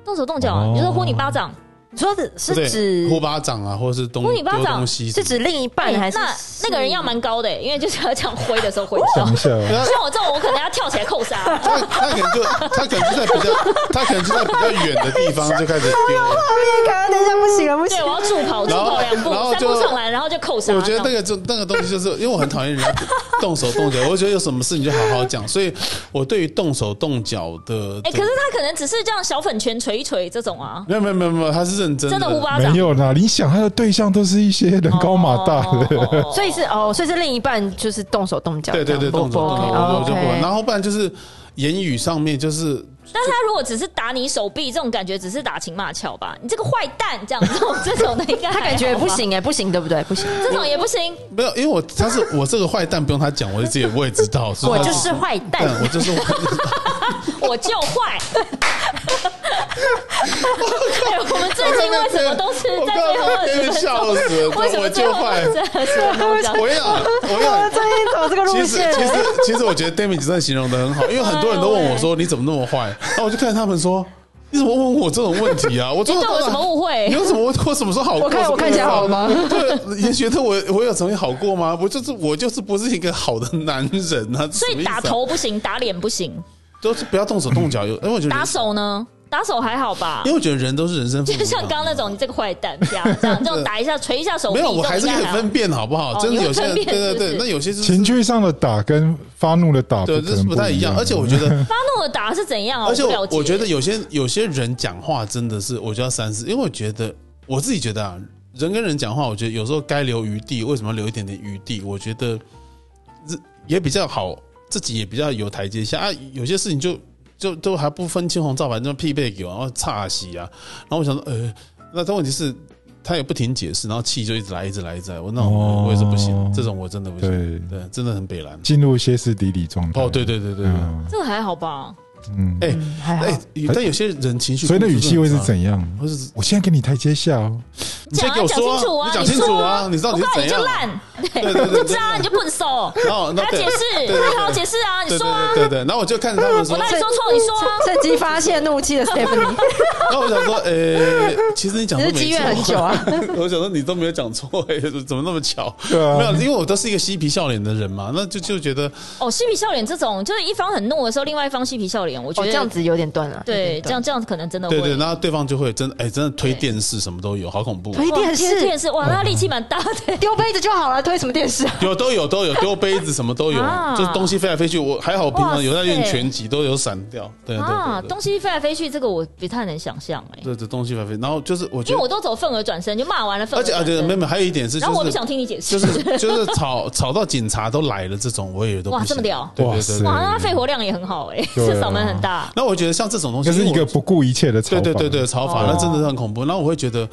S3: 动手动脚啊
S2: 哦，
S3: 你就是呼你巴掌，
S1: 你说的是
S4: 对
S1: 指
S4: 呼巴掌啊，或者是东
S3: 呼你巴
S4: 丢
S3: 掌
S4: 东西什
S1: 是
S4: 么的，
S1: 指另一半
S3: 哎
S1: 还是
S3: 那那个人要蛮高的，因为就是要这样挥的时候挥到
S2: 想。一下哦，
S3: 像我这种，我可能要跳起来扣杀。
S4: 他他可能就他可能就在比较他可能就在比较远的地方就 开始丢，
S1: 啊？等一下，不行了，不
S3: 对，我要助跑，助
S4: 然后
S3: 跑两步
S4: 然，后
S3: 三步
S4: 就
S3: 上来，然后就扣杀。
S4: 我觉得那
S3: 个
S4: 个就那个东西就是因为我很讨厌人家动手动脚，我觉得有什么事你就好好讲，所以我对于动手动脚的，
S3: 哎，可是他可能只是这样小粉拳捶一捶这种啊，
S4: 没有没有没有没有，他是认真
S3: 真的呼巴掌
S2: 没。有啦。你想他的对象都是一些人高马大的，
S3: 哦，哦哦
S1: 所以是哦，所以是另一半就是动手动脚，
S4: 对对对，
S1: 这样
S4: 动手
S1: 不
S4: 动脚
S1: 不
S4: 我就不
S1: OK，
S4: 管。然
S1: 后
S4: 后不然就是言语上面，就是
S3: 但是他如果只是打你手臂，这种感觉只是打情骂俏吧？你这个坏蛋，这样这种这种的应该
S1: 他感觉
S3: 还好吧
S1: 不，行哎、不行，对不对？不行，
S3: 这种也不行。
S4: 没有，因为我他是我这个坏蛋，不用他讲，我自己我也知 道，所以
S1: 我
S4: 他
S1: 就是坏蛋。
S4: 但我就是我
S3: 我就坏。哎，我们最近为什么都是在最后二十
S4: 我刚刚被
S3: 分
S4: 笑
S3: 钟？
S4: 死了，
S3: 为什么
S4: 我
S3: 最
S4: 就
S3: 后
S4: 坏
S3: 二？十分钟这样？
S4: 我跟你讲，我 跟你讲，
S1: 最近走这个路
S4: 其实
S1: 线，
S4: 其实其实我觉得 Damage 真的形容的很好，因为很多人都问我说你怎么那 么坏，然后我就看他们说你怎么问我这种问题啊？我
S3: 你
S4: 真的
S3: 对我什么误会
S4: 你？有什么我我什么时候好过？啊
S1: 我看我看起来好吗
S4: 对，也觉得我我有曾经好过吗？我就是我就是不是一个好的男人啊！
S3: 所
S4: 什么
S3: 以
S4: 意思
S3: 打
S4: 啊
S3: 头不行，打脸不行，
S4: 都是不要动手动脚，有因为我觉得
S3: 打手呢？打手还好吧
S4: 因？为我觉得人都是人生
S3: 就像刚刚那种，你这个坏蛋，这样这样这种打一下、捶一下手臂，
S4: 没有，
S3: 这
S4: 我
S3: 种
S4: 还
S3: 应
S4: 是
S3: 该
S4: 可以
S3: 还好
S4: 分辨好不好？
S3: 哦
S4: 真
S3: 你
S4: 的
S3: 会
S4: 有些人
S3: 分
S4: 对
S3: 辨
S4: 对
S3: 是不
S4: 对
S3: 是，
S4: 那有些 就是
S2: 情绪上的打跟发怒的打
S4: 对，
S2: 可
S4: 这是
S2: 能
S4: 不太
S2: 一
S4: 一样。而且我
S2: 得
S4: 觉 得
S3: 发怒的打是怎样啊？
S4: 而且
S3: 我不了
S4: 我
S3: 解
S4: 我觉得有些有些人讲话真的是，我就要三思，因为我觉得我自己觉得啊，人跟人讲话，我觉得有时候该留余地，为什么要留一点点余地？我觉得这也比较好，自己也比较有台阶下啊。有些事情就就都还不分青红皂白，那匹配给我，然后差戏啊，然后我想说，呃，那但问题是。他也不停解释，然后气就一直来，一直来，一直来。我那种
S2: 哦
S4: 我也是不行，这种我真的不行，
S2: 对啊
S4: 对，真的很北蓝。
S2: 进入歇斯底里状态。
S4: 哦，对对对对对，
S2: 嗯
S3: 这个还好吧？
S2: 嗯，
S4: 哎
S1: 嗯还好
S4: 哎，但有些人情绪，
S2: 所以那语气会是怎样？
S4: 或是
S2: 我现在给你台阶下哦，
S4: 你先给我
S3: 讲
S4: 说、
S3: 清楚
S4: 你
S3: 啊，
S4: 讲清楚
S3: 说
S4: 啊，你到
S3: 我
S4: 底是
S3: 告诉
S4: 怎
S3: 你就
S4: 样？
S3: 烂，
S4: 对对
S3: 对，
S4: 对
S3: 就渣，你就不能收，
S4: 然后，
S3: 还
S4: 然
S3: 要
S4: 后对
S3: 解释，
S4: 对对
S3: 太好解释啊，你
S4: 对
S3: 说啊
S4: 对，对对，然后我就看着他们 说
S3: 我，让你说错，你说啊，
S1: 趁机发泄怒气的 Stephanie，
S4: 然后我想说，呃，其实你讲
S1: 你
S4: 的
S1: 是
S4: 没
S1: 积怨很久
S4: 错，
S1: 啊。
S4: 我想说你都没有讲错，哎，怎么那么巧？
S2: 对啊
S4: 没有，因为我都是一个嬉皮笑脸的人嘛，那就就觉得
S3: 哦，嬉皮笑脸这种，就是一方很怒的时候，另外一方嬉皮笑脸，我觉
S1: 哦，
S3: 得
S1: 这样，子有点断了。
S3: 对，
S1: 有点
S3: 这
S1: 断
S3: 样这样可能真的会哎
S4: 对对，然后对方就会真的哎，真的推电视什么都有，好恐怖。
S1: 推
S3: 哇
S1: 电
S3: 贴电
S1: 视，
S3: 视，哇，那力气蛮大的。
S1: 丢杯子就好了，推什么电视啊？
S4: 有都有都有丢杯子什么都 有
S3: 啊，
S4: 就是东西飞来飞去。我还好，平
S3: 哇
S4: 常
S3: 塞
S4: 有在练拳击，都有闪掉。对对
S3: 啊，
S4: 对对
S3: 东西飞来飞去，这个我不太能想象哎、
S4: 对对，东西飞来飞去。然后就是我觉
S3: 因为
S4: 得
S3: 我，都走愤而转身，就骂完了愤
S4: 而
S3: 而
S4: 且
S3: 转
S4: 而
S3: 身。
S4: 且呃妹妹还有一点是，就
S3: 然后我不
S4: 是
S3: 想听你解释，
S4: 就是就是吵 吵到警察都来了，这种我也都不
S3: 哇
S4: 行
S3: 这么屌
S4: 对
S2: 哇
S4: 对对
S2: 塞
S4: 对。
S3: 哇，那他肺活量也很好哎、
S2: 对啊
S3: 是嗓门很大。
S4: 那我觉得像这种东西，
S2: 这是一
S4: 因为
S2: 个
S4: 我
S2: 不顾一切的
S4: 对
S2: 嘲
S4: 对
S2: 讽。
S4: 对对吵法，
S3: 哦
S4: 那真的是很恐怖。那我会觉得，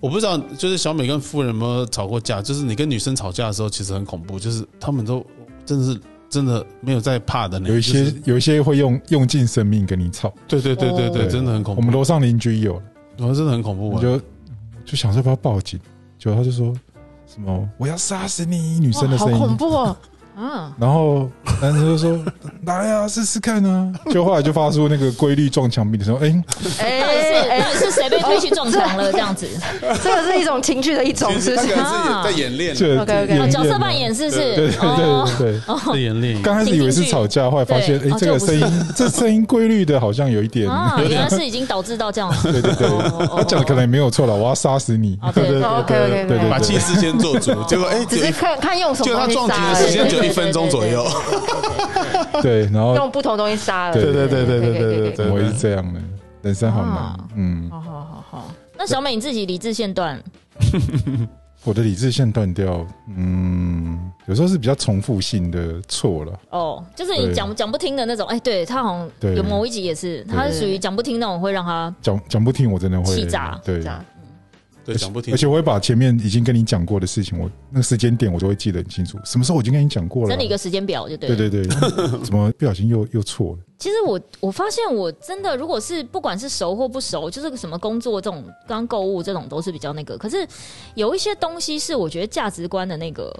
S4: 我不知道，就是小美跟夫人有没有吵过架？就是你跟女生吵架的时候，其实很恐怖，就是他们都真的是真的没有在怕的呢。
S2: 有一
S4: 就
S2: 些
S4: 是
S2: 有一些会用用尽生命跟你吵。
S4: 对对对对对，
S2: 哦
S4: 真的很恐
S2: 我
S4: 怖。
S2: 们楼上邻居
S4: 哦
S2: 有，
S4: 我真的很恐怖
S2: 我
S4: 啊！
S2: 就就想说要不要报警，结果他就说什么我要杀死你，女生的
S1: 好
S2: 声
S1: 恐
S2: 音。
S1: 怖哦！
S3: 啊，
S2: 然后男生就说 来啊，试试看啊。 就后来就发出那个规律撞墙壁的时候，哎，
S1: 哎
S3: 到底是到底是谁被推去撞墙了？这样子，
S1: 这个是一种情绪的一种，
S4: 其实
S1: 是不
S4: 他
S1: 是
S4: 可？能是也在演练，
S2: 这演
S1: OK，OK
S2: 练
S3: 哦
S2: 啊
S3: 角色扮演是不哦
S2: 对
S3: 是
S4: 对
S2: 对？对对对。
S4: 在演练。
S2: 刚开始以为是吵架，后来发现哎
S3: 对哦，
S2: 这个
S3: 这个不
S2: 声
S3: 是
S2: 音 这声音规律的好像有一点，
S3: 啊，原来是已经导致到这样。
S2: 对对 对
S3: 哦，
S2: 他讲的可能也没有错了，我要杀死你
S3: 哦。对
S2: 对
S1: 哦
S2: 对对
S1: OK，OK，OK
S2: 对对，
S4: 把气势先 做足，结果哎，
S1: 只
S4: 只有
S1: 是
S4: 一
S1: 看看用什
S4: 就
S1: 么
S4: 他
S1: 东西
S4: 撞
S1: 杀
S4: 停的
S1: 而
S4: 时
S1: 已，
S4: 间只有一分钟左右。
S2: 对，然后
S1: 用不同东西杀了。
S2: 对
S4: 对对对对
S1: 可以可以可以可以
S4: 对对
S2: 我也是这样的，人生好难
S3: 啊。
S2: 嗯，
S1: 好好好好，
S3: 那小美你自己理智线段，
S2: 我的理智线断掉，嗯，有时候是比较重复性的错了。
S3: 哦，就是你
S2: 对
S3: 讲讲不听的那种，哎、对他好像
S2: 对
S3: 有某一集也是，他是属于讲不听那种，会让他
S2: 讲讲不听，我真的会
S3: 气炸
S2: 对，
S1: 这样
S4: 对，讲不听
S2: 而。且我会把前面已经跟你讲过的事情，我那个时间点我都会记得很清楚。什么时候我已经跟你讲过了？
S3: 整理一个时间表就对了。
S2: 对对对，怎么不小心又又错了？
S3: 其实我我发现我真的，如果是不管是熟或不熟，就是什么工作这种，刚刚购物这种都是比较那个。可是有一些东西是我觉得价值观的那个，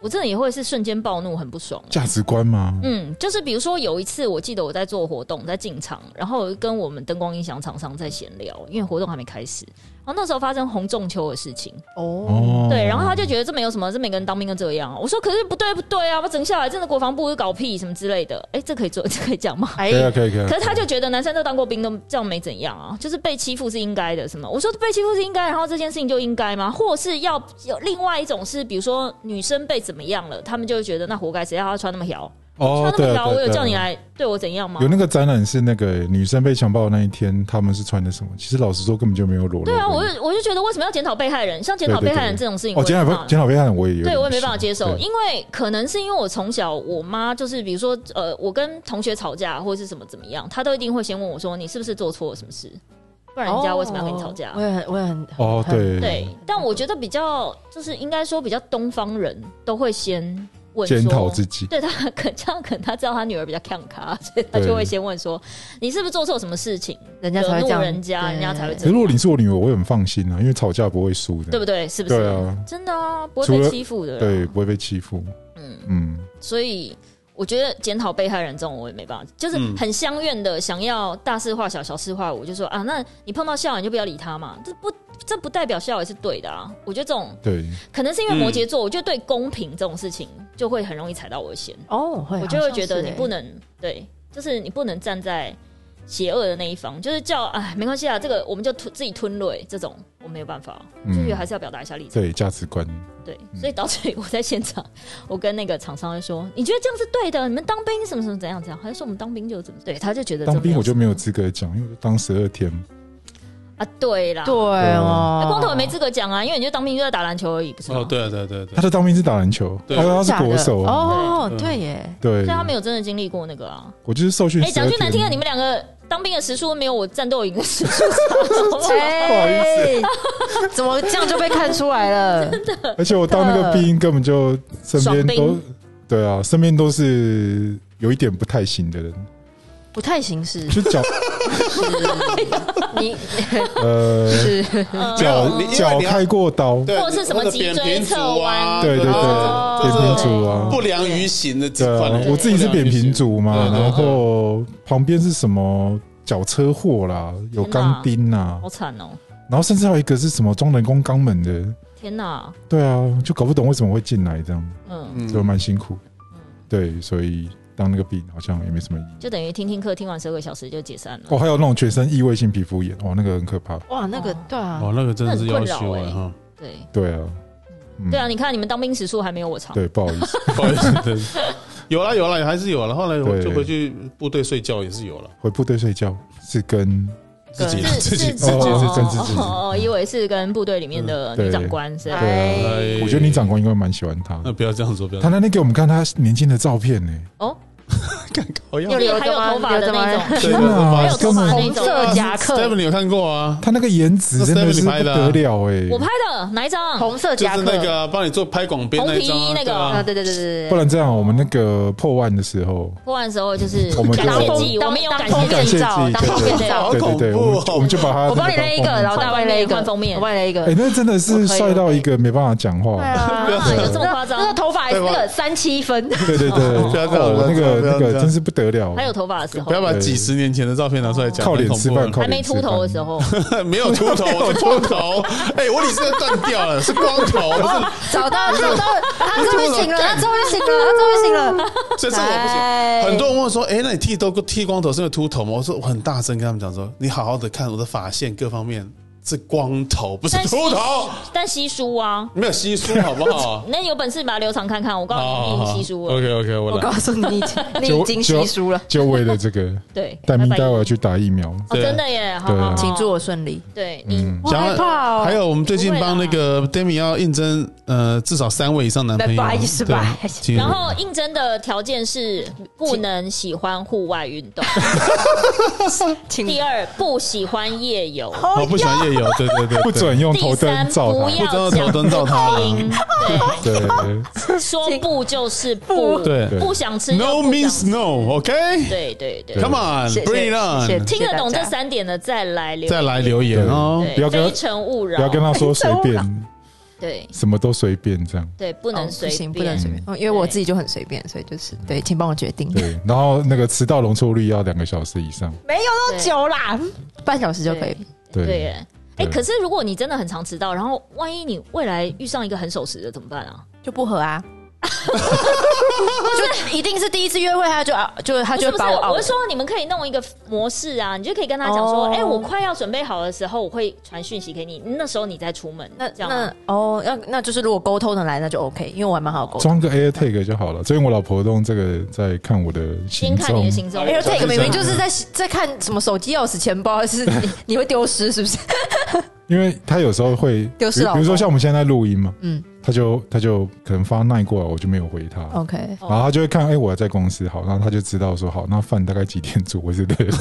S3: 我真的也会是瞬间暴怒，很不爽。
S2: 价值观吗？
S3: 嗯，就是比如说有一次，我记得我在做活动，在进场，然后跟我们灯光音响厂商在闲聊，因为活动还没开始。然后那时候发生红中秋的事情，
S1: 哦，
S2: 哦，
S3: 嗯对，然后他就觉得这没有什么，这每个人当兵都这样啊。我说可是不对不对啊，我整下来真的国防部搞屁什么之类的。哎，这可以做，这可以讲吗？
S1: 哎
S2: 可以啊，可以可以啊。
S3: 可是他就觉得男生都当过兵都这样没怎样啊，就是被欺负是应该的，什么？我说被欺负是应该，然后这件事情就应该吗？或是要有另外一种是，比如说女生被怎么样了，他们就会觉得那活该，谁让她穿那么小？
S2: 哦
S3: 他，那
S2: 对
S3: 么
S2: 啊
S3: 聊，
S2: 对啊
S3: 我有
S2: 对啊
S3: 叫你来对我怎样吗
S2: 有？那个展览是那个女生被强暴的那一天，他们是穿的什么？其实老实说，根本就没有裸露。
S3: 对啊，我就我就觉得为什么要检讨被害人？像检讨
S2: 对对
S3: 被
S2: 对
S3: 害人这种事情，
S2: 哦，
S3: 我也
S2: 检讨
S3: 没
S2: 被
S3: 办法
S2: 检讨被害人，我也有点
S3: 对我也没
S2: 不
S3: 办法
S2: 行
S3: 接受，
S2: 对
S3: 因为可能是因为我从小我妈就是比如说呃，我跟同学吵架或者是怎么怎么样，她都一定会先问我说你是不是做错了什么事，不然人家为什么要跟你吵架？
S1: 我也很，我也很，
S2: 哦，
S1: 很，
S2: 对
S3: 嗯对，但我觉得比较就是应该说比较东方人都会先问
S2: 检讨
S3: 说。
S2: 自己，
S3: 对他可这样，可能他知道他女儿比较看咖，所以他就
S2: 对
S3: 会先问说：“你是不是做错什么事情？
S1: 人家才会这样，
S3: 惹怒人家
S1: 对
S3: 人家才会这
S2: 可是如果你是我女儿，我会很放心啊，因为吵架不会输的，
S3: 对不
S2: 对？
S3: 对？是不是？
S2: 对啊
S3: 真的啊，不会
S2: 除
S3: 被
S2: 了
S3: 欺负的、啊。
S2: 不会被欺负。
S3: 嗯，
S2: 嗯，
S3: 所以我觉得检讨被害人这种我也没办法，就是
S4: 嗯
S3: 很相怨的，想要大事化小，小事化无，就说啊，那你碰到笑你就不要理他嘛，这不这不代表笑也是对的啊。我觉得这种
S2: 对，
S3: 可能是因为摩
S4: 嗯
S3: 羯座，我觉得对公平这种事情就会很容易踩到我的线，
S1: 哦，会，
S3: 我就会觉
S1: 好
S3: 得
S1: 像是
S3: 你
S1: 欸
S3: 不能对，就是你不能站在。邪恶的那一方，就是叫哎，没关系啊，这个我们就吞自己吞了，这种我没有办法，就
S2: 嗯
S3: 是还是要表达一下立场。
S2: 对，价值观，
S3: 对，
S2: 嗯
S3: 所以导致于我在现场，我跟那个厂商就说：“你觉得这样是对的？你们当兵什么什么怎样怎样？”他就说：“我们当兵就怎么对。”他就觉得这
S2: 当兵我就
S3: 没
S2: 没
S3: 有
S2: 有资格讲，因为我就当十二天，
S3: 啊，对啦，
S1: 对哦
S2: 啊，
S3: 光头也没资格讲啊，因为你就当兵就在打篮球而已，不是吗？
S4: 哦，，对啊，对啊对啊对
S2: 他
S4: 啊，
S2: 的当兵是打篮球，
S4: 对
S2: 哦，他是
S1: 假的
S2: 国手啊，
S1: 哦，
S4: 对
S1: 对耶，
S2: 对
S3: 所以，他没有真的经历过那个啊。
S2: 我就是受训
S3: 哎，
S2: 十
S3: 讲
S2: 二
S3: 句难听的，
S2: 天
S3: 你。们两个当兵的时数没有我战斗营的时数
S1: 哎， 怎么这样就被看出来 了？
S2: 而且我当那个兵根本就身边
S3: 爽
S2: 都，对啊，身边都是有一点不太行的人，
S1: 不太行事，
S2: 就脚
S1: 你
S2: 呃
S1: 是
S3: 嗯
S4: 脚你
S2: 脚开过刀，
S4: 对
S3: 或者是什么
S4: 那个扁
S3: 脊椎
S4: 平足
S3: 侧
S4: 啊，
S3: 弯
S2: 对对对，
S3: 哦
S2: 扁平足啊，
S4: 不良于行的
S2: 对啊
S4: 犯人，
S2: 我自己是扁平足嘛，
S4: 对对对
S2: 然后旁边是什么脚车祸啦，有钢钉啊
S3: 好，惨哦！
S2: 然后甚至还有一个是什么装人工肛门的，
S3: 天哪，
S2: 对啊，就搞不懂为什么会进来这样，
S3: 嗯，
S4: 嗯
S2: 就蛮辛苦。对，所以当那个兵好像也没什么意义。
S3: 就等于听听课，听完十二个小时就解散了。
S2: 哦，还有那种全身异位性皮肤炎，哦，那个很可怕。
S1: 哇，那个
S3: 哦
S1: 对啊，
S4: 哦，那个真的是要
S3: 那很
S4: 求
S3: 困
S4: 哎
S3: 扰欸
S4: 哈，
S3: 对，
S2: 对啊，嗯
S3: 对啊，，你看你们当兵时数还没有我长。
S2: 对，不好意思，
S4: 不好意思，哦对 有啦有啦，还是有了。后来我
S2: 对
S4: 就回去部队睡觉也是有了，
S2: 回部队睡觉是跟
S4: 自己啦
S3: 是
S4: 自己
S3: 是
S4: 自己
S2: 哦是
S4: 自己。
S2: 政治自己
S3: 哦哦，以为是跟部队里面的女长官是吧。
S1: 哎，
S4: 哎
S2: 我觉得你长官应该蛮喜欢他
S4: 那
S2: 的。
S4: 不要这样说，不要
S2: 他那天给我们看他年轻的照片呢、
S4: 干搞
S1: 又
S4: 哦要。
S1: 留
S3: 还有头发的那种，
S4: 对
S2: 天哪
S3: 还有，头
S2: 根
S3: 发
S2: 本
S3: 那
S1: 红
S3: 种
S1: 色夹克
S4: Steven，，你有看过啊？
S2: 他那个颜值真的是不得了哎、
S3: 我拍的哪一张？
S1: 红色
S4: 就
S1: 夹
S4: 是
S1: 克，
S4: 那个啊帮你做拍广编那一张
S3: 红皮衣
S4: 啊，
S3: 那个
S4: 对
S1: 啊，
S4: 啊
S1: 对对对对
S2: 不
S1: 对，
S2: 然这样，我们那个破万的时候，
S3: 破案的时候就是
S2: 我们就
S3: 感谢祭，我
S1: 当
S3: 们有感
S1: 当
S3: 谢
S1: 封
S3: 祭
S1: 面照，
S2: 感谢祭
S1: 当封面照
S4: 好，
S2: 对对对，
S4: 恐怖
S2: 我
S4: 哦
S2: 们就我们就把他
S1: 我帮你勒一个，
S2: 然
S1: 然
S2: 后
S1: 后大外勒一个，
S3: 换封面
S1: 我帮你勒一个
S2: 哎，，那真的是帅到一个没办法讲话，
S1: 啊
S3: 啊，有这么
S1: 那
S3: 夸
S1: 个
S3: 张？
S1: 头发还是那个三七分，
S2: 对对对，
S4: 不要这样
S2: 哦那
S4: 不要
S2: 个
S4: 这样
S2: 那个真是不得了
S3: 还，有头发的时候
S4: 不，要把几十年前的照片拿出来讲，
S2: 靠脸吃饭，
S4: 太恐
S2: 靠
S3: 还没
S2: 脸吃
S3: 秃
S2: 饭
S3: 头的时，候，
S4: 怖了 没有秃头，我是 秃头。哎，我理是断掉了，是光头，不是
S1: 找到找到，他终于 醒了，他终于醒了，他终于醒了，
S4: 所以这个我
S1: 哎
S4: 不行。很多人问我说：“哎、那你剃都剃光头是因为秃头吗？”我说：“我很大声跟他们讲说，你好好的看我的发线各方面是光头，不是
S3: 但稀
S4: 秃头，
S3: 但稀疏啊。
S4: 没有稀疏，好不好
S3: ？”那你有本事把它留长看看，我告诉哦你，你已经稀疏了。
S4: OK OK，我
S1: 我告
S4: 来。
S1: 诉你，你已 经你已经
S2: 就
S1: 稀疏了，
S2: 就为了这个，
S3: 对，
S2: 戴明
S3: 拜拜
S2: 待会要去打疫苗，
S3: 哦，真的耶，好
S2: 对
S3: 好，好
S1: 请祝。我顺利，
S3: 对你
S2: 嗯
S1: 我害怕哦，
S4: 哦还有我们最近帮
S3: 不会
S4: 那
S3: 啦
S4: 个 Demi 要应征，呃，至少三位以上男朋友，
S1: 拜拜是吧
S4: 对
S2: 嗯
S4: 请
S3: 然后应征的条件是不能喜欢户外运 动，
S1: 请
S3: 第二不喜欢夜游，
S4: 我哦不喜欢夜游，对对对，对
S2: 不准用
S3: 第
S2: 头
S3: 三
S2: 灯照他，
S3: 不要
S4: 不知道
S3: 讲
S4: 头灯照他
S3: 不 听
S2: 对，
S3: 对，说不就是不，
S4: 对
S3: 不想吃就
S4: ，No
S3: 不想
S4: means
S3: 吃，
S4: no，OK，Come、
S3: 对对对
S2: 对，
S1: 谢谢
S4: on，Bring it
S1: 谢
S4: on，
S1: 谢
S3: 听得懂
S1: 谢谢
S3: 这
S1: 大家
S3: 三点的再来留，
S4: 再来留言哦。
S3: 对
S2: 不要跟他
S3: 非诚勿扰，
S2: 不要跟他说随便，
S3: 对
S2: 什么都随便这样。
S3: 对，不
S1: 哦不
S3: 能随
S1: 行，
S3: 便，
S1: 不能随便，哦因为我自己就很随便，所以就是对，请帮我决定，
S2: 对，然后那个迟到容错率要两个小时以上。
S1: 没有那么久啦，半小时就可以。
S2: 对
S3: 对耶。哎、
S2: 对
S3: 可是如果你真的很常迟到，然后万一你未来遇上一个很守时的怎么办啊？
S1: 就不合啊，就一定是第一次约会，他就啊，就他
S3: 不
S1: 就是会
S3: 不是，
S1: 把我熬
S3: 我是说你们可以弄一个模式啊，你就可以跟他讲说，
S1: 哦
S3: 哎、我快要准备好的时候，我会传讯息给你，那时候你再出门，
S5: 那
S3: 这样啊
S5: 那哦，那那就是如果沟通的来，那就 OK，因为我还蛮好沟通。
S2: 装个 AirTag 就好了。最近我老婆用这个在看我的行
S3: 先看你
S2: 踪
S3: 的，行踪。
S4: 哎
S5: AirTag 明明就是是在在看什么手机、钥匙、钱包，还是你你会丢失是不是？
S2: 因为她有时候会，比
S5: 丢
S2: 如
S5: 失老公
S2: 比如说像我们现在在录音嘛，
S5: 嗯哦
S2: 她就她就可能发耐过来，我就没有回她。
S5: ，OK，
S2: 然后她就会看，哎、我还在公司，好，然后她就知道说，好，那饭大概几点煮，我是 对的。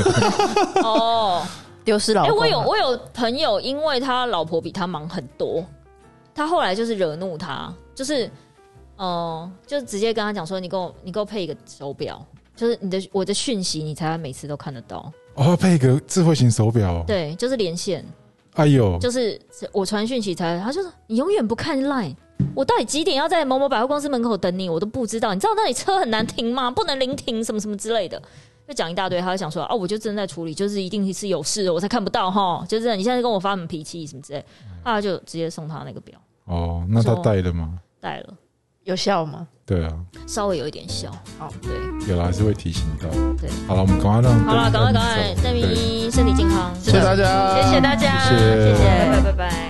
S3: 哦，
S5: 丢失老
S3: 哎、
S5: 公啊。
S3: 我有我有朋友，因为他老婆比他忙很多，他后来就是惹怒他，就是呃，就直接跟他讲说，你给我你给我配一个手表，就是你的我的讯息，你才每次都看得到。
S2: 哦，配一个智慧型手表，
S3: 对，就是连线，
S2: 哎呦，
S3: 就是我传讯息才，他就说你永远不看 Line。我到底几点要在某某百货公司门口等你？我都不知道。你知道那里车很难停吗？不能临停什么什么之类的，就讲一大堆。他就想说哦，我就正在处理，就是一定是有事，我才看不到哈。就是你现在跟我发什么脾气什么之类，
S2: 嗯
S3: 他就直接送他那个表
S2: 哦，那她
S3: 说
S2: 带了吗？
S3: 带了，
S1: 有效吗？
S2: 对啊，
S3: 稍微有一点笑。好，对，
S2: 有啦，还是会提醒到。
S3: 对，
S2: 好了，我们赶快让
S3: 好了，赶快赶
S2: 邓明
S3: 快，戴
S2: 走对
S3: 咪身体健康，
S4: 谢谢大家，
S1: 谢谢大家，
S2: 谢谢
S1: 谢谢，
S3: 拜拜拜拜。